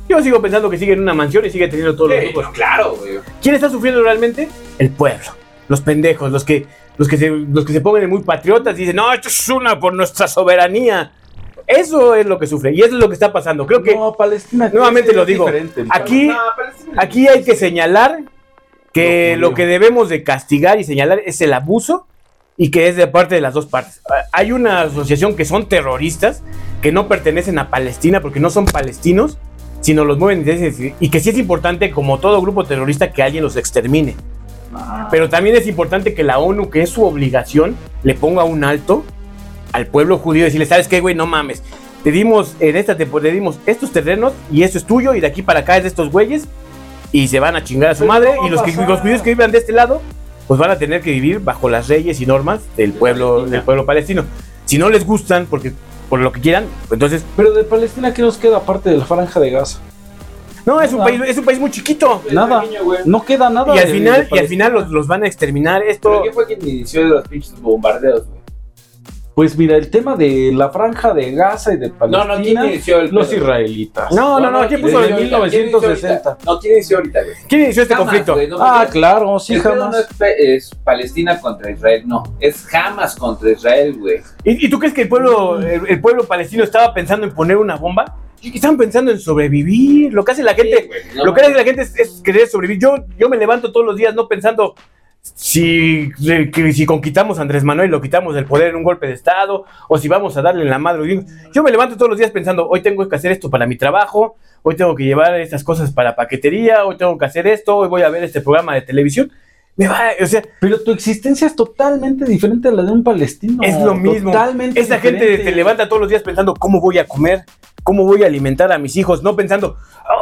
Yo sigo pensando que sigue en una mansión y sigue teniendo todos los Sí, lujos. no, claro, güey. ¿Quién está sufriendo realmente? El pueblo. Los pendejos, los que, los que, se, los que se ponen muy patriotas y dicen, no, esto es una por nuestra soberanía. Eso es lo que sufre y eso es lo que está pasando. Creo que No, Palestina. Nuevamente creo que lo digo, es diferente. aquí, No, pero sí, aquí hay que señalar que Lo judío. lo que debemos de castigar y señalar es el abuso y que es de parte de las dos partes. Ah, Hay una asociación que son terroristas, que no pertenecen a Palestina porque no son palestinos, sino los mueven intereses y que sí es importante, como todo grupo terrorista, que alguien los extermine. Pero también es importante que la ONU, que es su obligación, le ponga un alto al pueblo judío y decirle, ¿sabes qué, güey? No mames. Te dimos, en esta temporada, te dimos estos terrenos y esto es tuyo y de aquí para acá es de estos güeyes y se van a chingar a su Pero madre ¿cómo y los, que, pasar? los judíos que vivan de este lado, pues van a tener que vivir bajo las leyes y normas del pueblo, Palestina. del pueblo palestino. Si no les gustan, porque por lo que quieran, pues entonces, Pero de Palestina, ¿qué nos queda aparte de la franja de Gaza? no, es un, Ah. país, es un país muy chiquito. es nada. pequeño, güey. No queda nada. Y al de- final, de y al final los, los van a exterminar. ¿Pero Esto, quién fue quien inició los pinches bombardeos, güey? Pues mira, el tema de la franja de Gaza y de Palestina, No, no, ¿quién inició el los pedo? israelitas. No, no, no, ¿quién puso inició en ahorita? ¿Quién inició ahorita? 1960? No, ¿quién inició ahorita, güey? ¿quién inició este Jamás, conflicto? güey, no me ah, digas. claro, sí, El pedo no jamás. es, pe- es Palestina contra Israel, no. Es jamás contra Israel, güey. ¿Y, y tú crees que el pueblo, el, el pueblo palestino estaba pensando en poner una bomba? Y que Estaban pensando en sobrevivir. Lo que hace la gente, lo que hace la gente es, es querer sobrevivir. Yo, yo me levanto todos los días no pensando si, que si conquistamos a Andrés Manuel, lo quitamos del poder en un golpe de Estado, o si vamos a darle en la madre. a los gringos. Yo me levanto todos los días pensando, hoy tengo que hacer esto para mi trabajo, hoy tengo que llevar estas cosas para paquetería, hoy tengo que hacer esto, hoy voy a ver este programa de televisión. Me va, o sea, Pero tu existencia es totalmente diferente a la de un palestino. Es lo mismo. Totalmente Esa gente diferente. te levanta todos los días pensando cómo voy a comer, cómo voy a alimentar a mis hijos, no pensando,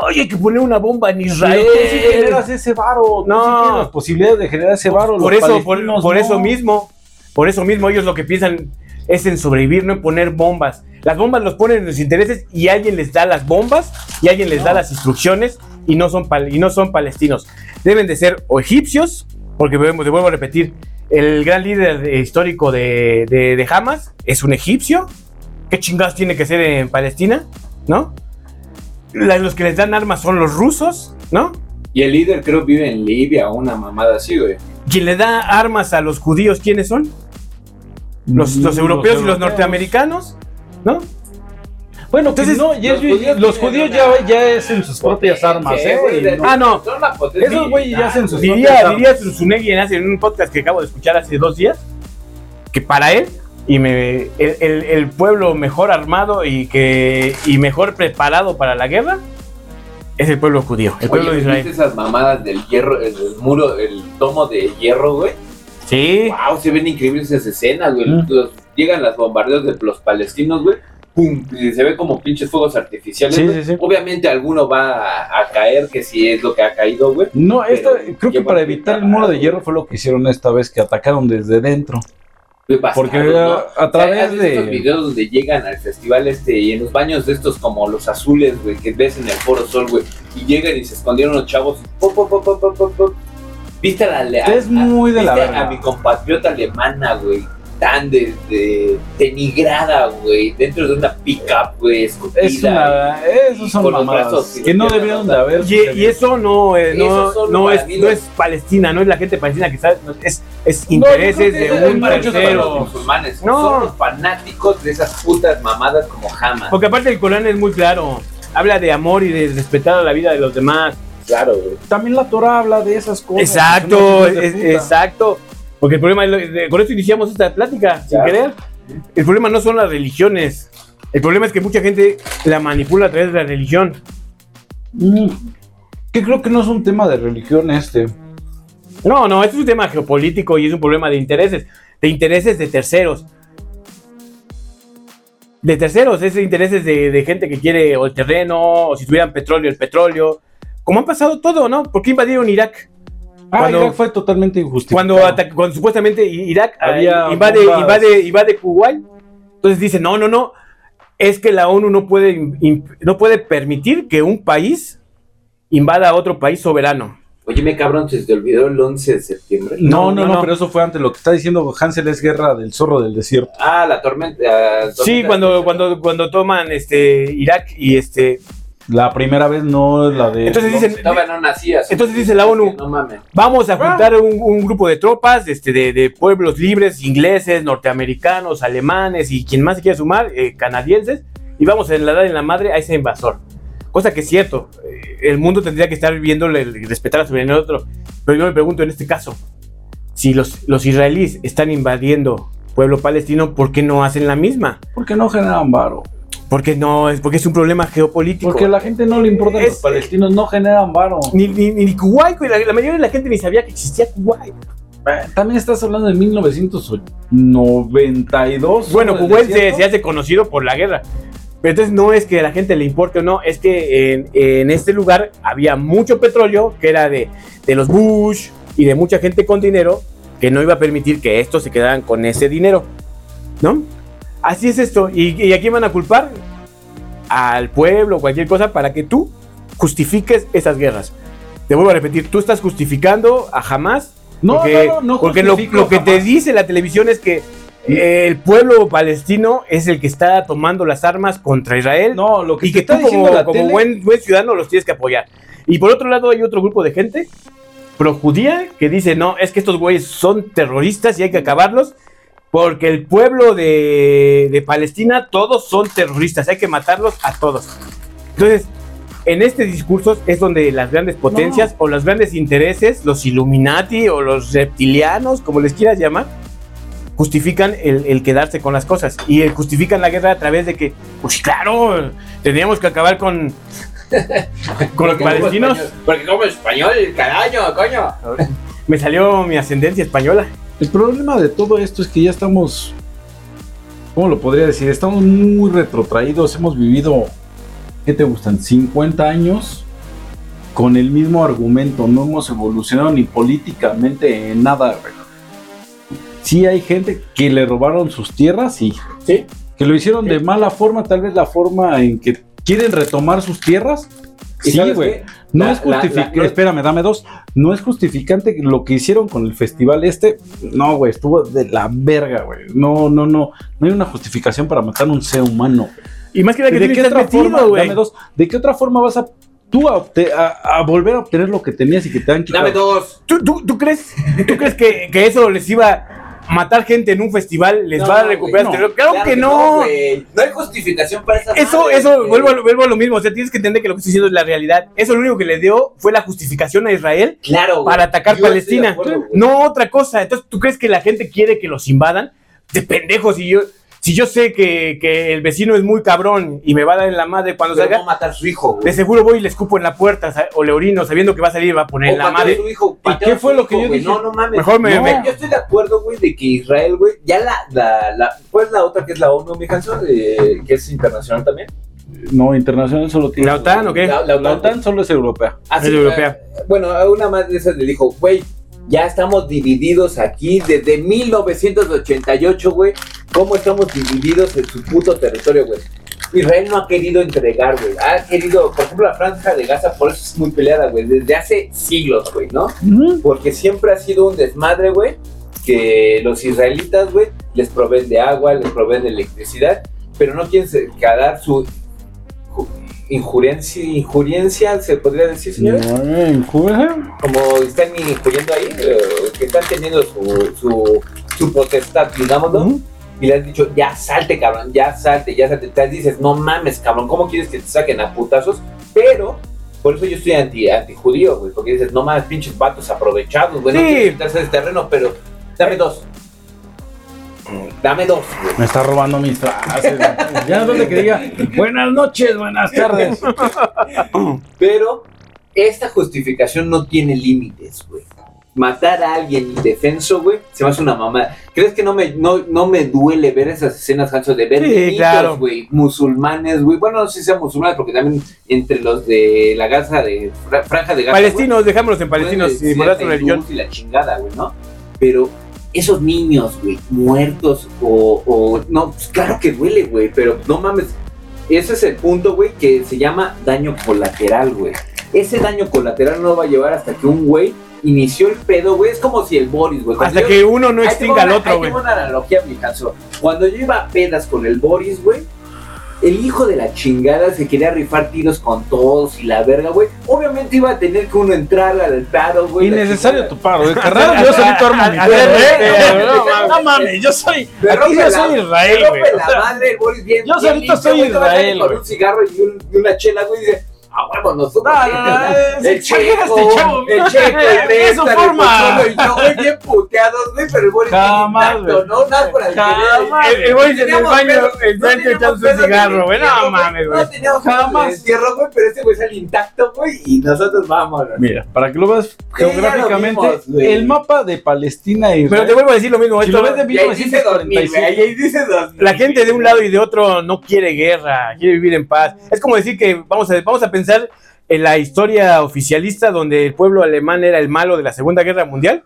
ay, hay que poner una bomba en Pero Israel. tú sí generas ese varo. No. No. las posibilidades de generar ese varo. los por eso, por, palestinos por no. eso mismo, por eso mismo ellos lo que piensan es en sobrevivir, no en poner bombas. Las bombas los ponen en sus intereses y alguien les da las bombas y alguien les da las instrucciones y no son pal- y no son palestinos. Deben de ser o egipcios, porque vemos, te vuelvo a repetir, el gran líder eh, histórico de, de, de Hamas es un egipcio. ¿Qué chingados tiene que ser en Palestina? ¿No? La- Los que les dan armas son los rusos, ¿no? Y el líder creo vive en Libia, una mamada así, güey. Quien le da armas a los judíos, ¿quiénes son? los, Mm, los europeos y los norteamericanos, ¿no? Bueno, Entonces, entonces no, y es- los judíos los tienen judíos ya, una- ya es en sus propias armas, Sí, ¿eh? güey, güey? de- No. Ah, no. Son la potencia Esos güeyes ya hacen sus Diría, diría Tsunegi en hace- en un podcast que acabo de escuchar hace dos días que para él y me, el, el- el pueblo mejor armado y que y mejor preparado para la guerra es el pueblo judío, el pueblo Oye, de ¿viste Israel. esas mamadas del hierro, el, el muro, el tomo de hierro, güey? Sí, Wow, se ven increíbles esas escenas, güey. Mm. Los- llegan las bombardeos de los palestinos, güey. Pum, y se ve como pinches fuegos artificiales. Sí, güey. sí, sí. Obviamente alguno va a, a caer, que si es lo que ha caído, güey. No, Pero esta, creo que llevan para bien evitar el parado, muro de güey. hierro fue lo que hicieron esta vez, que atacaron desde dentro. Fue bastardo, Porque Pues, ¿no? a, a ¿Has través visto Estos de... videos donde llegan al festival este y en los baños de estos como los azules, güey, que ves en el Foro Sol, güey, y llegan y se escondieron los chavos. Pop, pop, pop, pop, pop, pop, pop. Viste a la a- Es muy de la viste verga. a mi compatriota alemana, güey, tan de, de- denigrada, güey, dentro de una pickup, güey, escondida. Es una, y esos con son los mamadas brazos y que no los debieron de piernas, haber. Y, y eso no, eh, no, Esos son no es, maravillas. no es Palestina, no es la gente palestina que está, no, es, es No, yo creo intereses que de es un para ellos, Pero tercero. los musulmanes No. son los fanáticos de esas putas mamadas como Hamas. Porque aparte el Corán es muy claro, habla de amor y de respetar a la vida de los demás. Claro, güey. También la Torah habla de esas cosas. Exacto, que son hijos es- de puta. exacto. Porque el problema, es lo- de- con esto iniciamos esta plática, sin Claro. querer. El problema no son las religiones. El problema es que mucha gente la manipula a través de la religión. Mm, Que creo que no es un tema de religión este. No, no, esto es un tema geopolítico y es un problema de intereses. De intereses de terceros. De terceros, es de intereses de, de gente que quiere o el terreno, o si tuvieran petróleo, el petróleo. Como han pasado todo, ¿no? ¿Por qué invadieron Irak? Ah, Cuando- Irak fue totalmente injustificado. Cuando, ataca- cuando supuestamente I- Irak ah, Había invade, bombas. invade, invade Kuwait, entonces dicen, no, no, no, es que la ONU no puede, im- imp- no puede permitir que un país invada a otro país soberano. Oye, me cabrón, se te olvidó el 11 de septiembre. No, no, No, no, no. pero eso fue antes. Lo que está diciendo Hansel es guerra del zorro del desierto. Ah, la tormenta. la Sí, tormenta- cuando, cuando, cuando toman este Irak y este. La primera vez no la de. Entonces No, dicen, todavía no nacías. entonces dice la ONU. No mames. vamos a juntar un, un grupo de tropas este, de, de pueblos libres, ingleses, norteamericanos, alemanes y quien más se quiera sumar, eh, canadienses, y vamos a enladar en la madre a ese invasor. Cosa que es cierto, eh, el mundo tendría que estar viéndole y respetar la soberanía del otro. Pero yo me pregunto en este caso, si los, los israelíes están invadiendo pueblo palestino, ¿por qué no hacen la misma? Porque no generan varo. Porque no, es porque es un problema geopolítico. Porque a la gente no le importa Es- los palestinos, no generan varo. Ni, ni, ni Kuwait, güey, la, la mayoría de la gente ni sabía que existía Kuwait. Eh, También estás hablando de 1992. Bueno, pues, ¿no? Del Kuwait se, desierto. se hace conocido por la guerra. Pero entonces no es que a la gente le importe o no, es que en, en este lugar había mucho petróleo que era de, de los Bush y de mucha gente con dinero que no iba a permitir que estos se quedaran con ese dinero. ¿No? Así es esto. ¿Y, y a quién van a culpar? Al pueblo, cualquier cosa, para que tú justifiques esas guerras. Te vuelvo a repetir, tú estás justificando a jamás No, porque, no, no, no porque lo, justifico lo que te jamás. dice la televisión es que eh, el pueblo palestino es el que está tomando las armas contra Israel No, lo que y te que está tú diciendo como, la como tele- buen, buen ciudadano los tienes que apoyar. Y por otro lado hay otro grupo de gente projudía que dice, no, es que estos güeyes son terroristas y hay que acabarlos porque el pueblo de, de Palestina todos son terroristas, hay que matarlos a todos. Entonces, en este discurso es donde las grandes potencias o los grandes intereses, los Illuminati o los reptilianos, como les quieras llamar, justifican el, el quedarse con las cosas y eh, justifican la guerra a través de que, pues claro, teníamos que acabar con, Porque con los como palestinos. español- Porque como español, carajo, coño. Me salió mi ascendencia española. El problema de todo esto es que ya estamos, ¿cómo lo podría decir? Estamos muy retrotraídos, hemos vivido, ¿qué te gustan? 50 años con el mismo argumento, no hemos evolucionado ni políticamente en nada. güey. Sí hay gente que le robaron sus tierras, sí. Sí. Que lo hicieron de mala forma, tal vez la forma en que quieren retomar sus tierras. ¿Y Sí, sabes güey. qué? No La- es la- la- justificante. no es- Espérame, dame dos. No es justificante lo que hicieron con el festival este. No, güey, estuvo de la verga, güey. No, no, no. No hay una justificación para matar a un ser humano. Y más que nada que ¿De tú qué estás otra metido, forma? güey. Dame dos. ¿De qué otra forma vas a tú a, obte- a- a volver a obtener lo que tenías y que te han quitado? Dame dos. ¿Tú, tú, tú crees, tú crees que, que eso les iba a matar gente en un festival? ¿Les No, va a güey, recuperar? no. terreno? claro, que no. güey. No hay justificación para esa eso, madre, eso, güey. vuelvo a, lo- vuelvo a lo mismo. O sea, tienes que entender que lo que estoy diciendo es la realidad. Eso lo único que le dio fue la justificación a Israel Claro, güey. para atacar Yo estoy de Palestina. acuerdo, güey. no otra cosa. Entonces, ¿tú crees que la gente quiere que los invadan? De pendejos. Y yo, si yo sé que, que el vecino es muy cabrón y me va a dar en la madre cuando Pero salga, no matar a su hijo, De güey. seguro voy y le escupo en la puerta sa- o le orino sabiendo que va a salir y va a poner O en la patear a madre. su hijo, ¿Y patear qué a fue su lo que hijo, yo güey. dije? No, no mames. Mejor me- No, me- Yo estoy de acuerdo, güey, de que Israel, güey, ya la, la, la, ¿cuál es la otra que es la ONU, mi canción? Eh, que es internacional también. No, internacional solo tiene. ¿La OTAN o qué? La, la OTAN. La OTAN solo es europea. Así, Es europea. eh, Bueno, a una más de esas le dijo, güey, ya estamos divididos aquí desde 1988, güey. ¿Cómo estamos divididos en su puto territorio, güey? Israel no ha querido entregar, güey. Ha querido, por ejemplo, la franja de Gaza, por eso es muy peleada, güey. Desde hace siglos, güey, ¿no? Porque siempre ha sido un desmadre, güey. Que que los israelitas, güey, les proveen de agua, les proveen de electricidad, pero no quieren se- calar su ju- injuriencia, injuriencia, se podría decir, señores, ¿eh? como están injuriendo ahí, eh, que están teniendo su, su, su potestad, digámoslo, y le has dicho, ya salte, cabrón, ya salte, ya salte. Te dices, no mames, cabrón, ¿cómo quieres que te saquen a putazos? Pero, por eso yo estoy anti, anti judío, güey, porque dices, no mames, pinches vatos aprovechados, güey, no Sí. quieres quitarse de este terreno, pero dame dos. Dame dos, güey. Me está robando mis frases. güey. ya donde que diga, buenas noches, buenas tardes. Pero esta justificación no tiene límites, güey. Matar a alguien indefenso, güey, se me hace una mamada. ¿Crees que no me, no, no me duele ver esas escenas, Hancho, de ver Sí, niños, claro. güey, musulmanes, güey? Bueno, no sé si sean musulmanes, porque también entre los de la Gaza, de fra- Franja de Gaza. Palestinos, dejémoslos en güey, palestinos pueden y morar su decir religión. hindús Y la chingada, güey, ¿no? Pero esos niños, güey, muertos o, o- No, pues claro que duele, güey, pero no mames. Ese es el punto, güey, que se llama daño colateral, güey. Ese daño colateral no va a llevar hasta que un güey inició el pedo, güey. Es como si el Boris, güey. cuando Hasta yo- que uno no Ahí te va extinga al una- otro, ahí te güey. va una analogía, mi caso. Cuando yo iba a pedas con el Boris, güey, el hijo de la chingada se quería rifar tiros con todos y la verga, güey. Obviamente iba a tener que uno entrar al paro, güey. la Innecesario chingada. tu paro. De carnal, yo solito armo mi A pedo, ver, güey. eh, no mames. No mames, yo soy. Me Aquí rompe yo la- soy Me Israel, rompe güey. la madre, el Boris bien. Yo bien solito listo, soy güey, te va a salir Israel, Con güey. un cigarro y, un- y una chela, güey, y dice, ah, huevo, nosotros. No, no, no, el se exagera este chavo, el checo, el es su Néstor, el forma. Pocholo Y yo, güey, bien puteados, güey, pero el Boris bien Jamás, intacto, güey. ¿no? Nada por el Jamás. El el güey en el Teníamos baño, pedo, el no baño teníamos echándose pedo un en el cigarro, güey. entierro, No mames, güey. No teníamos Jamás. jamás. Entierro, güey, pero este güey sale intacto, güey, y nosotros vamos. güey. Mira, para que lo veas ya lo geográficamente, vimos, güey. el mapa de Palestina e y Pero te vuelvo a decir lo mismo. Si esto- lo ves de Y ahí dice 2000, güey, 1945. ahí dice 2000. La gente de un lado y de otro no quiere guerra, quiere vivir en paz. Es como decir que vamos a, vamos a pensar en la historia oficialista donde el pueblo alemán era el malo de la Segunda Guerra Mundial.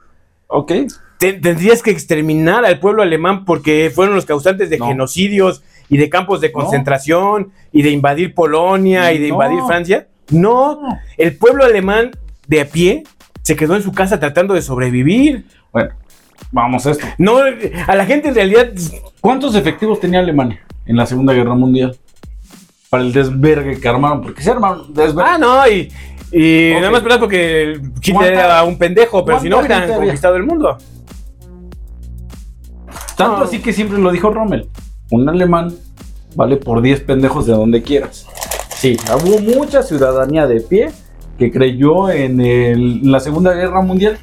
Ok. Te- tendrías que exterminar al pueblo alemán porque fueron los causantes de No. genocidios y de campos de No. concentración y de invadir Polonia y de No. invadir Francia. No, el pueblo alemán de a pie se quedó en su casa tratando de sobrevivir. Vamos a esto. No, a la gente en realidad ¿Cuántos efectivos tenía Alemania en la Segunda Guerra Mundial? Para el desvergue que armaron, porque se armaron desvergue. Ah, no, y, y Ok. nada más peleas porque Hitler ¿Cuánta- era un pendejo, pero si no cuánta hubieran gente había? conquistado el mundo. Tanto no. así que siempre lo dijo Rommel. Un alemán vale por 10 pendejos de donde quieras. Sí, hubo mucha ciudadanía de pie que creyó en el- en la Segunda Guerra Mundial.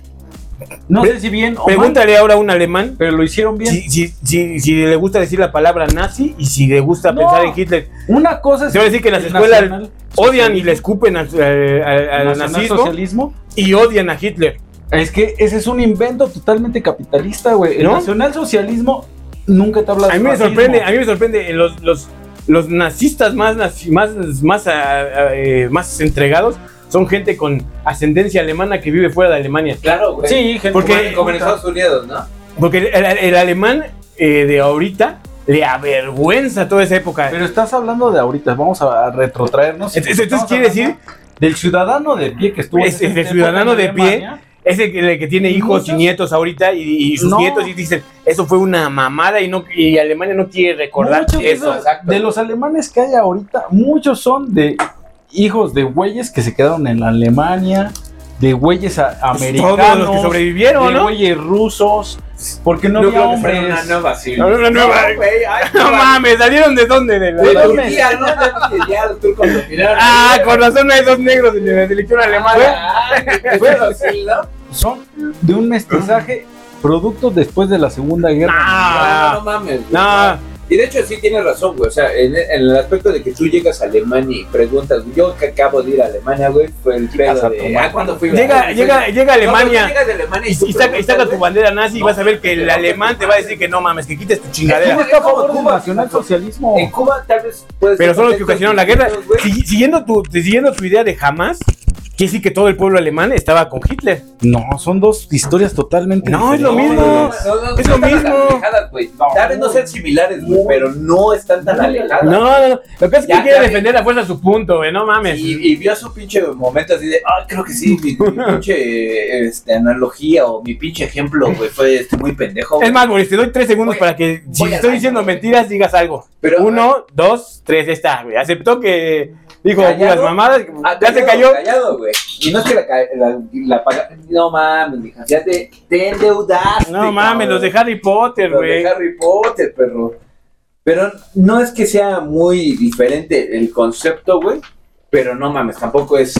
No Pre- sé si bien o mal, Pregúntale ahora a un alemán pero lo hicieron bien. Oh, si, si- si- si le gusta decir la palabra nazi y si le gusta No. pensar en Hitler. Una cosa es Se va a decir que las el escuelas nacional- Odian y le escupen al, al- al- al el nazismo nacionalsocialismo. y odian a Hitler. Es que ese es un invento totalmente capitalista, güey. El ¿No? nacionalsocialismo nunca te habla de A mí me racismo. sorprende, a mí me sorprende eh, los, los, los nazistas más, nazi- más, más, ah, ah, eh, más entregados son gente con ascendencia alemana que vive fuera de Alemania. Claro, güey. Sí, gente Porque- buena, Como en culta. Estados Unidos, ¿no? Porque el, el- el alemán eh, de ahorita le avergüenza toda esa época. Pero estás hablando de ahorita, vamos a retrotraernos. Entonces, entonces Estamos quiere hablando Del ciudadano de pie que estuvo. en Ese- esa ese ciudadano época en de pie, Alemania. es el que, el que tiene hijos Muchos- y nietos ahorita y, y sus No. nietos y dicen, eso fue una mamada y no y Alemania no quiere recordar Muchos de eso. esos- exacto. De los alemanes que hay ahorita, muchos son de hijos de güeyes que se quedaron en Alemania, de güeyes a- Pues americanos, Todos los que sobrevivieron, de ¿no? güeyes rusos, porque no, Yo había creo que fueron hombres. una nueva, sí. No, no, no, no, No, güey, ay, No mames, ¿salieron de dónde? De la- De mames. Turquía, ¿no? Ya- ya los turcos lo tiraron. Ah, con razón hay dos negros de la selección alemana. Ah, bueno, sí, ¿no? son de un mestizaje producto después de la Segunda Guerra. No, no Ah, mames. güey. no, Y de hecho sí tienes razón, güey. O sea, en, en el aspecto de que tú llegas a Alemania y preguntas, yo que acabo de ir a Alemania, güey, fue el vas pedo a de... tomar? Ah, ¿cuándo fui? llega, llega, llega a Alemania. llegas de Alemania y, y saca, y saca tu bandera nazi y vas a ver que el alemán te va a decir que no mames, que quites tu ¿Quién chingadera. está a favor del nacionalsocialismo? Eh, En Cuba tal vez puedes... Pero son los que ocasionaron la guerra. güey. Si- siguiendo tu, siguiendo tu idea de jamás, Quiere decir que todo el pueblo alemán estaba con Hitler. No, son dos historias totalmente No, es lo diferentes. mismo. Es lo están tan mismo. alejadas, güey. Tal vez no sean similares, güey, pero no están tan alejadas. No, no, no. Lo que es que Ya, quiere ya. defender a fuerza su punto, güey. No mames. Y, y vio su pinche momento así de, ah, creo que sí, mi, mi pinche eh, este, analogía o mi pinche ejemplo, güey, fue este, muy pendejo. güey". Es más, Boris, te doy tres segundos Voy- para que si voy al estoy baño, diciendo güey. mentiras, digas algo. Pero- Uno, dos, tres, ya está, güey. Aceptó que dijo Callado. puras mamadas. Ah, Ya se callado, cayó. Callado, güey. Y no es que la, ca- la, la paga- No mames, mija, ya te, te endeudaste. No mames, cabrón. los de Harry Potter, Los de güey. Harry Potter, perro. Pero no es que sea muy diferente el concepto, güey. Pero no mames, tampoco es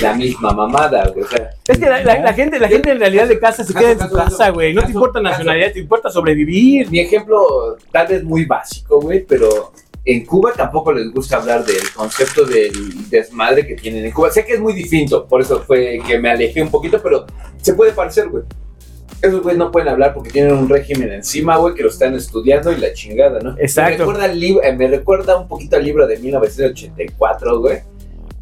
la misma mamada, güey. O sea, Es que la, la- la gente, la gente en realidad de casa se Caso, queda en su caso, casa, caso, güey. No te caso, importa caso. nacionalidad, te importa sobrevivir. mi ejemplo tal vez muy básico, güey, pero en Cuba tampoco les gusta hablar del concepto del desmadre que tienen en Cuba. Sé que es muy distinto, por eso fue que me alejé un poquito, pero se puede parecer, güey. Esos güeyes no pueden hablar porque tienen un régimen encima, güey, que lo están estudiando y la chingada, ¿no? Exacto. Me recuerda, al lib- eh, me recuerda un poquito al libro de 1984, güey,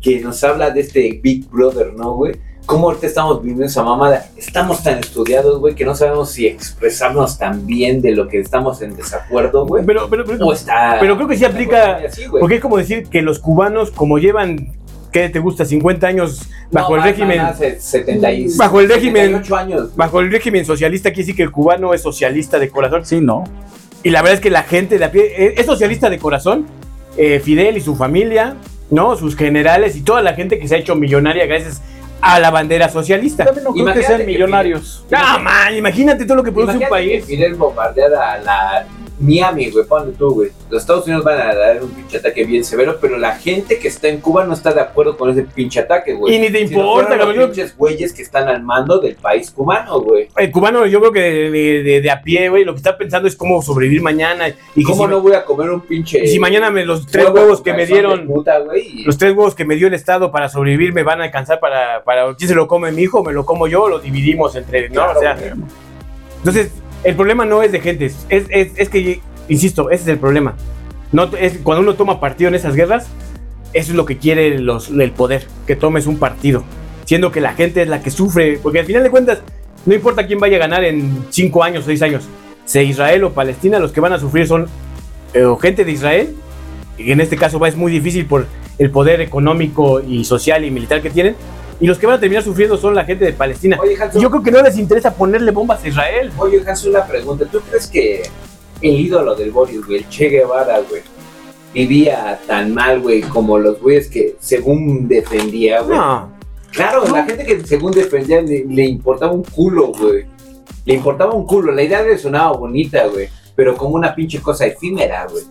que nos habla de este Big Brother, ¿no, güey? ¿Cómo ahorita estamos viviendo esa mamada? Estamos tan estudiados, güey, que no sabemos si expresarnos tan bien de lo que estamos en desacuerdo, güey. Pero, pero, pero, O está. pero creo que sí aplica. Así, güey. Porque es como decir que los cubanos, como llevan, ¿qué te gusta? 50 años No, bajo el más, régimen. más, más, 70 y- Bajo el régimen. 78 años. Bajo el régimen socialista, quiere decir que el cubano es socialista de corazón. Sí, no. Y la verdad es que la gente de a pie eh, es socialista de corazón. eh, Fidel y su familia, ¿no? Sus generales y toda la gente que se ha hecho millonaria gracias a la bandera socialista. También no creo Imagínate que sean que- millonarios. No, man, imagínate todo lo que produce un Imagínate país. que Fidel bombardeara a la Miami, güey, ponle tú, güey. Los Estados Unidos van a dar un pinche ataque bien severo, pero la gente que está en Cuba no está de acuerdo con ese pinche ataque, güey. Y ni te Si no importa, fueran cabrón. los pinches güeyes que están al mando del país cubano, güey. El cubano, yo creo que de, de- de- de a pie, güey, lo que está pensando es cómo sobrevivir mañana. Y ¿Y que cómo si, no voy a comer un pinche... y si mañana me los tres huevo huevos que con me calzón de dieron, puta, güey, y- los tres huevos que me dio el Estado para sobrevivir, me van a alcanzar para, para quién se lo come mi hijo, me lo como yo, lo dividimos entre, ¿no? Claro, o sea, güey. Entonces, el problema no es de gente, es, es, es que, insisto, ese es el problema. No, t- es, cuando uno toma partido en esas guerras, eso es lo que quiere los, el poder, que tomes un partido, siendo que la gente es la que sufre, porque al final de cuentas, no importa quién vaya a ganar en 5 años, 6 años, sea Israel o Palestina, los que van a sufrir son eh, o gente de Israel, y en este caso va, es muy difícil por el poder económico y social y militar que tienen, y los que van a terminar sufriendo son la gente de Palestina. Oye, Hanson, Yo creo que no les interesa ponerle bombas a Israel. Oye, Hans, una pregunta. ¿Tú crees que el ídolo del Boris, güey, el Che Guevara, güey, vivía tan mal, güey, como los güeyes que según defendía, güey? No. Claro, la gente que según defendía le, le importaba un culo, güey. Le importaba un culo. La idea le sonaba bonita, güey. Pero como una pinche cosa efímera, güey.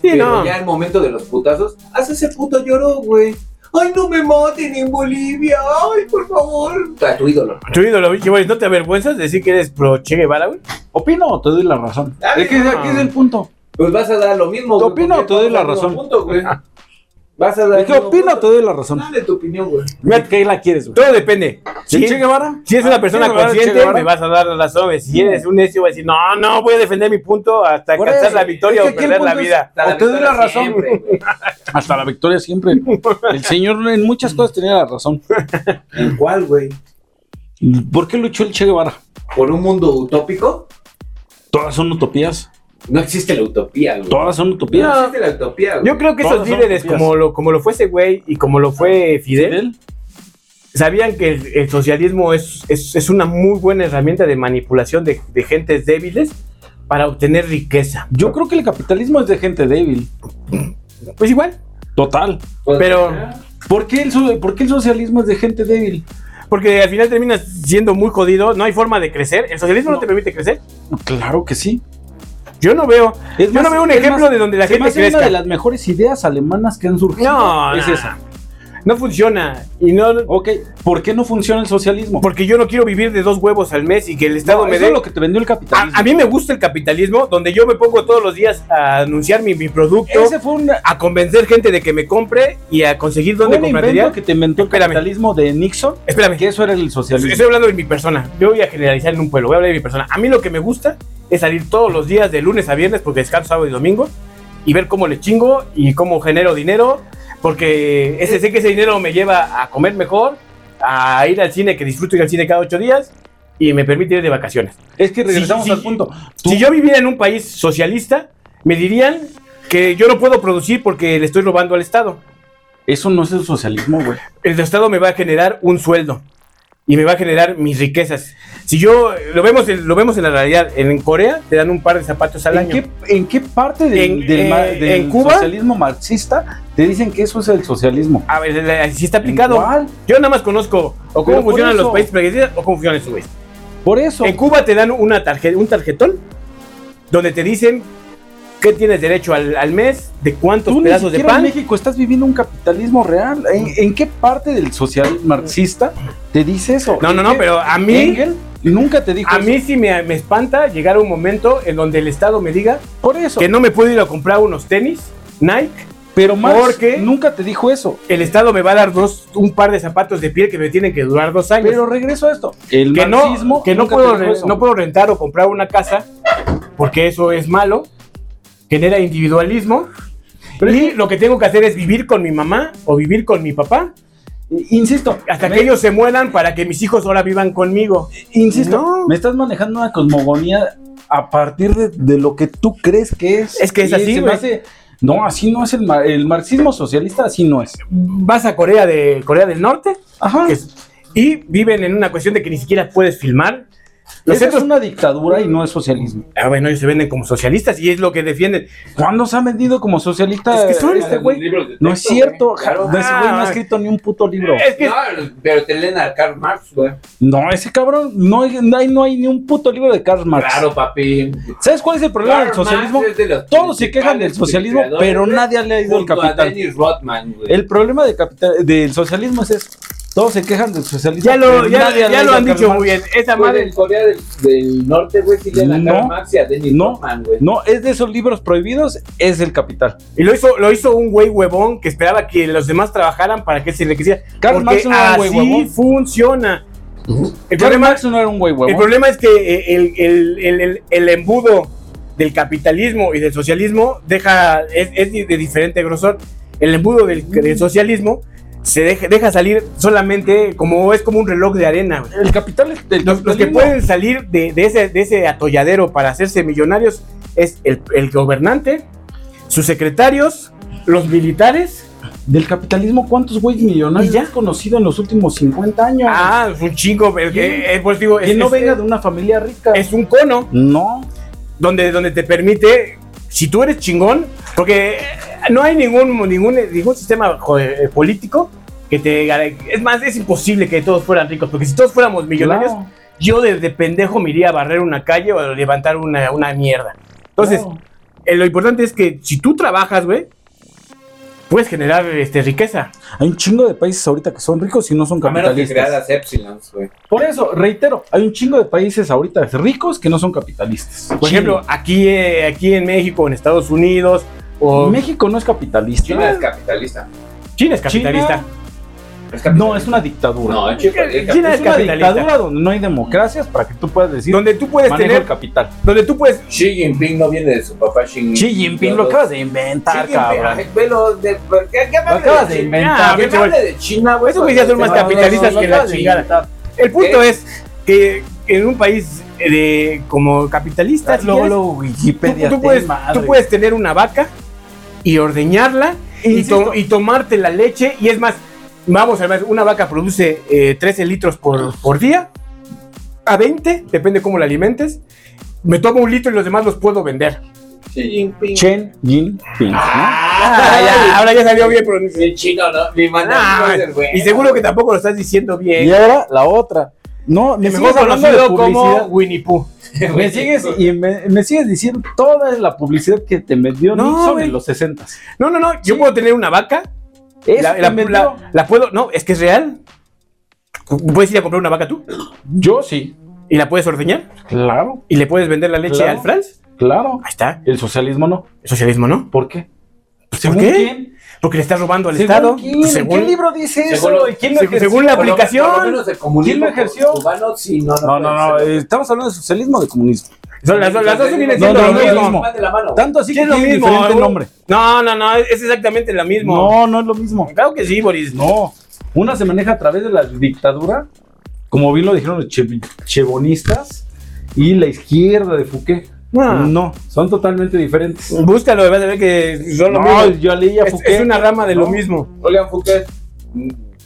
Sí, pero no. ya el momento de los putazos, hasta ese puto lloró, güey. Ay, no me maten en Bolivia. Ay, por favor. A tu ídolo. Tu ídolo, oye, güey, ¿no te avergüenzas de decir que eres pro Che Guevara, güey? Opino, te doy la razón. Ah, Es que no. aquí es el punto. Pues vas a dar lo mismo, ¿Te güey, opino porque o te doy la vas a dar razón? un punto, güey. Vas a dar. Es que opino, te doy la razón. Dale tu opinión, güey. Mira, ¿qué la quieres, güey? Todo depende. ¿El Si, Che Guevara? si es Ah, una persona Che Guevara, Che consciente, Guevara. me vas a dar la razón. Si eres un necio, voy a decir, no, no, voy a defender mi punto hasta Por alcanzar eso, la victoria es o que aquí el perder la punto es- vida. Hasta O te doy victoria la razón. siempre, güey. Hasta la victoria siempre. El señor en muchas cosas tenía la razón. ¿En cuál, güey? ¿Por qué luchó el Che Guevara? ¿Por un mundo utópico? Todas son utopías. No existe la utopía, güey. Todas son No utopías. existe la utopía, güey. Yo creo que esos Todas son líderes, copias. como lo, como lo fue ese güey y como lo fue Fidel, Fidel, sabían que el, el socialismo es, es, es una muy buena herramienta de manipulación de, de gentes débiles para obtener riqueza. Yo creo que el capitalismo es de gente débil. Pues igual, Total. Pues, pero- ah, ¿Por qué el, so- por qué el socialismo es de gente débil? porque al final terminas siendo muy jodido, no hay forma de crecer. El socialismo no, No. te permite crecer. Claro que sí. Yo no veo. Es Yo no veo un es ejemplo de donde la se me gente hace una crezca. de las mejores ideas alemanas que han surgido. No, es no. esa. No funciona. Y no. Ok, ¿por qué no funciona el socialismo? Porque yo no quiero vivir de dos huevos al mes y que el Estado No, me eso dé. Ah, es lo que te vendió el capitalismo. A, a mí me gusta el capitalismo, donde yo me pongo todos los días a anunciar mi, mi producto, Ese fue un, a convencer gente de que me compre y a conseguir fue dónde un compraría. invento que te inventó el Espérame. capitalismo de Nixon, Espérame, que eso era el socialismo. estoy hablando de mi persona. Yo voy a generalizar en un pueblo, voy a hablar de mi persona. A mí lo que me gusta es salir todos los días de lunes a viernes, porque descanso sábado y domingo, y ver cómo le chingo y cómo genero dinero, porque ese, sé que ese dinero me lleva a comer mejor, a ir al cine, que disfruto ir al cine cada ocho días y me permite ir de vacaciones. Es que regresamos Sí, sí, al sí. punto. Tú- Si yo viviera en un país socialista, me dirían que yo no puedo producir porque le estoy robando al Estado. Eso no es el socialismo, güey. El Estado me va a generar un sueldo y me va a generar mis riquezas. Si yo lo vemos, en- lo vemos en la realidad, en Corea te dan un par de zapatos al ¿En año. qué, en qué parte del, En- del ma- eh, del en Cuba- socialismo marxista te dicen que eso es el socialismo? A ver, la- si está aplicado. ¿Cuál? Yo nada más conozco o Pero cómo por funcionan eso- los países progresistas o cómo funcionan esos países. Por eso. En Cuba te dan una tarje- un tarjetón donde te dicen que tienes derecho al, al mes, de cuántos Tú ni pedazos de siquiera en pan. México estás viviendo un capitalismo real. ¿En, en qué parte del social marxista te dice eso? No, no, no, ¿En qué- pero a mí, Engel nunca te dijo a eso. mí sí me, me espanta llegar a un momento en donde el Estado me diga por eso. que no me puedo ir a comprar unos tenis Nike. pero Marx porque- nunca te dijo eso. El Estado me va a dar dos, un par de zapatos de piel que me tienen que durar dos años. Pero regreso a esto. El pues, que no, marxismo que no nunca puedo, te dijo re- eso. no puedo rentar o comprar una casa porque eso es malo, genera individualismo. y lo que tengo que hacer es vivir con mi mamá o vivir con mi papá Insisto, hasta me- que ellos se mueran para que mis hijos ahora vivan conmigo. Insisto, No. me estás manejando una cosmogonía a partir de, de lo que tú crees que es. Es que es Y así, se me güey. hace- No, así no es el, mar- el marxismo socialista, así no es. Vas a Corea de Corea del Norte Ajá. que es- y viven en una cuestión de que ni siquiera puedes filmar. Los Esa centros, es una dictadura y no es socialismo. Ah, bueno, ellos se venden como socialistas y es lo que defienden. ¿Cuándo se ha vendido como socialista? Es que son- este güey? No es cierto, Claro. ja- ese güey no ha Ah. escrito ni un puto libro. Es que No, pero te leen a Karl Marx, güey. No, ese cabrón, no hay, no hay, no hay ni un puto libro de Karl Marx. Claro, papi. ¿Sabes cuál es el problema del Karl Marx socialismo? es de los Todos se quejan del principales socialismo, creadores pero nadie ha leído el junto a capital. Dennis Rodman, güey. El problema de capital- del socialismo es eso. Todos se quejan del socialismo. ya lo, pero ya, nadie ha ya lo leído han Karl dicho Marx. muy bien. Esa Güey, madre en Corea del, del Norte, güey, sí leen a No. Karl Marx y a Dennis No. Rodman, güey. No, es de esos libros prohibidos, es el capital. Y lo hizo, lo hizo un güey huevón que esperaba que los demás trabajaran para que se enriqueciera. Karl Porque Marx no era un güey así huevón. funciona. El Karl problema, Marx no era un güey el huevón. problema es que eh, el, el- el- el- el embudo del capitalismo y del socialismo deja, es, es de diferente grosor. El embudo del, Mm. del socialismo se deja, deja salir solamente como es como un reloj de arena. güey. El capital es del Los, los que capitalismo. pueden salir de, de ese, de ese atolladero para hacerse millonarios es el, el gobernante, sus secretarios, los militares. Del capitalismo, ¿cuántos güeyes millonarios ¿Y ya? has conocido en los últimos 50 años? Ah, es un chingo. el que- eh, pues digo, que es, no es- venga de una familia rica. es un cono No. donde, donde te permite, si tú eres chingón, porque eh, no hay ningún, ningún, ningún sistema joder, eh, político que te... gar- Es más, es imposible que todos fueran ricos, porque si todos fuéramos millonarios, Claro, yo desde pendejo me iría a barrer una calle o a levantar una, una mierda. Entonces, claro. eh, lo importante es que si tú trabajas, güey, puedes generar este, riqueza. Hay un chingo de países ahorita que son ricos y no son A menos que crearan capitalistas. las Epsilons, güey. Por eso, reitero, hay un chingo de países ahorita ricos que no son capitalistas. Por ejemplo, aquí, eh, aquí en México, en Estados Unidos, o México no es capitalista. China es capitalista. China es capitalista. China- Es No, capitalista. es una dictadura. No, es chico, es China es, es una capitalista. dictadura donde no hay democracias para que tú puedas decir donde tú puedes manejo el tener, capital. donde tú puedes, Xi Jinping no viene de su papá Xi Xi Jinping lo acabas de inventar, cabrón. Velo, de, ¿qué, qué Lo acabas de China? inventar. ¿Qué chaval. hable de China, güey? Esos güeyes ya son más No, no, no, capitalistas lo que la acabas de chingada. inventar. el punto ¿Qué? es que en un país eh, de como capitalista, si Luego, quieres, luego Wikipedia. tú, tú te puedes, madre. tú puedes tener una vaca y ordeñarla y, Insisto. to- y tomarte la leche y es más, vamos a ver, una vaca produce eh, 13 litros por, por día, a 20, depende cómo la alimentes, me tomo un litro y los demás los puedo vender. Xi Jinping. Chen Jinping. ¿no? Ah, ya, ahora ya salió bien pronunciado. Mi chino, ¿no? Mi mandarín no es Ah, el güey. y seguro que tampoco lo estás diciendo bien. Y ahora la otra. No, me mejor sigues hablando de conocido como publicidad. Winnie Pooh. Me sigues y me, me sigues diciendo toda la publicidad que te vendió No, Nixon güey. en los 60. No, no, no. Yo puedo tener una vaca. Eso La, te la- vendió. la- la puedo. No, es que es real. Puedes ir a comprar una vaca tú Yo sí. y la puedes ordeñar Claro, y le puedes vender la leche Claro. al Franz. claro. Ahí está. El socialismo no. El socialismo, ¿no? Pues, ¿Por qué? ¿Por ¿Según qué? quién? Porque le estás robando al ¿Según Estado. quién? ¿En Según- ¿Qué libro dice según eso? lo- ¿Y quién lo según- ejerció? según la Por lo- aplicación. por lo menos el comunismo ¿Quién lo ejerció? Cubano, sí, no, No, no, no. puede eh, ser. Estamos hablando de socialismo o de comunismo. Son las, las dos vienen No, siendo no, lo no, mismo. no. Van de la mano, güey. Tanto así Sí, que es lo tiene mismo. diferente nombre. No, no, no. Es exactamente lo mismo. No, no es lo mismo. Claro que sí, Boris. No. Una se maneja a través de la dictadura, como bien lo dijeron los che- chevonistas, y la izquierda de Fouquet. Ah. No, son totalmente diferentes. Búscalo, vas a ver que son lo No, mismo. yo leí a Es, Fouquet. es una rama de lo No. mismo. Oigan, Fuques,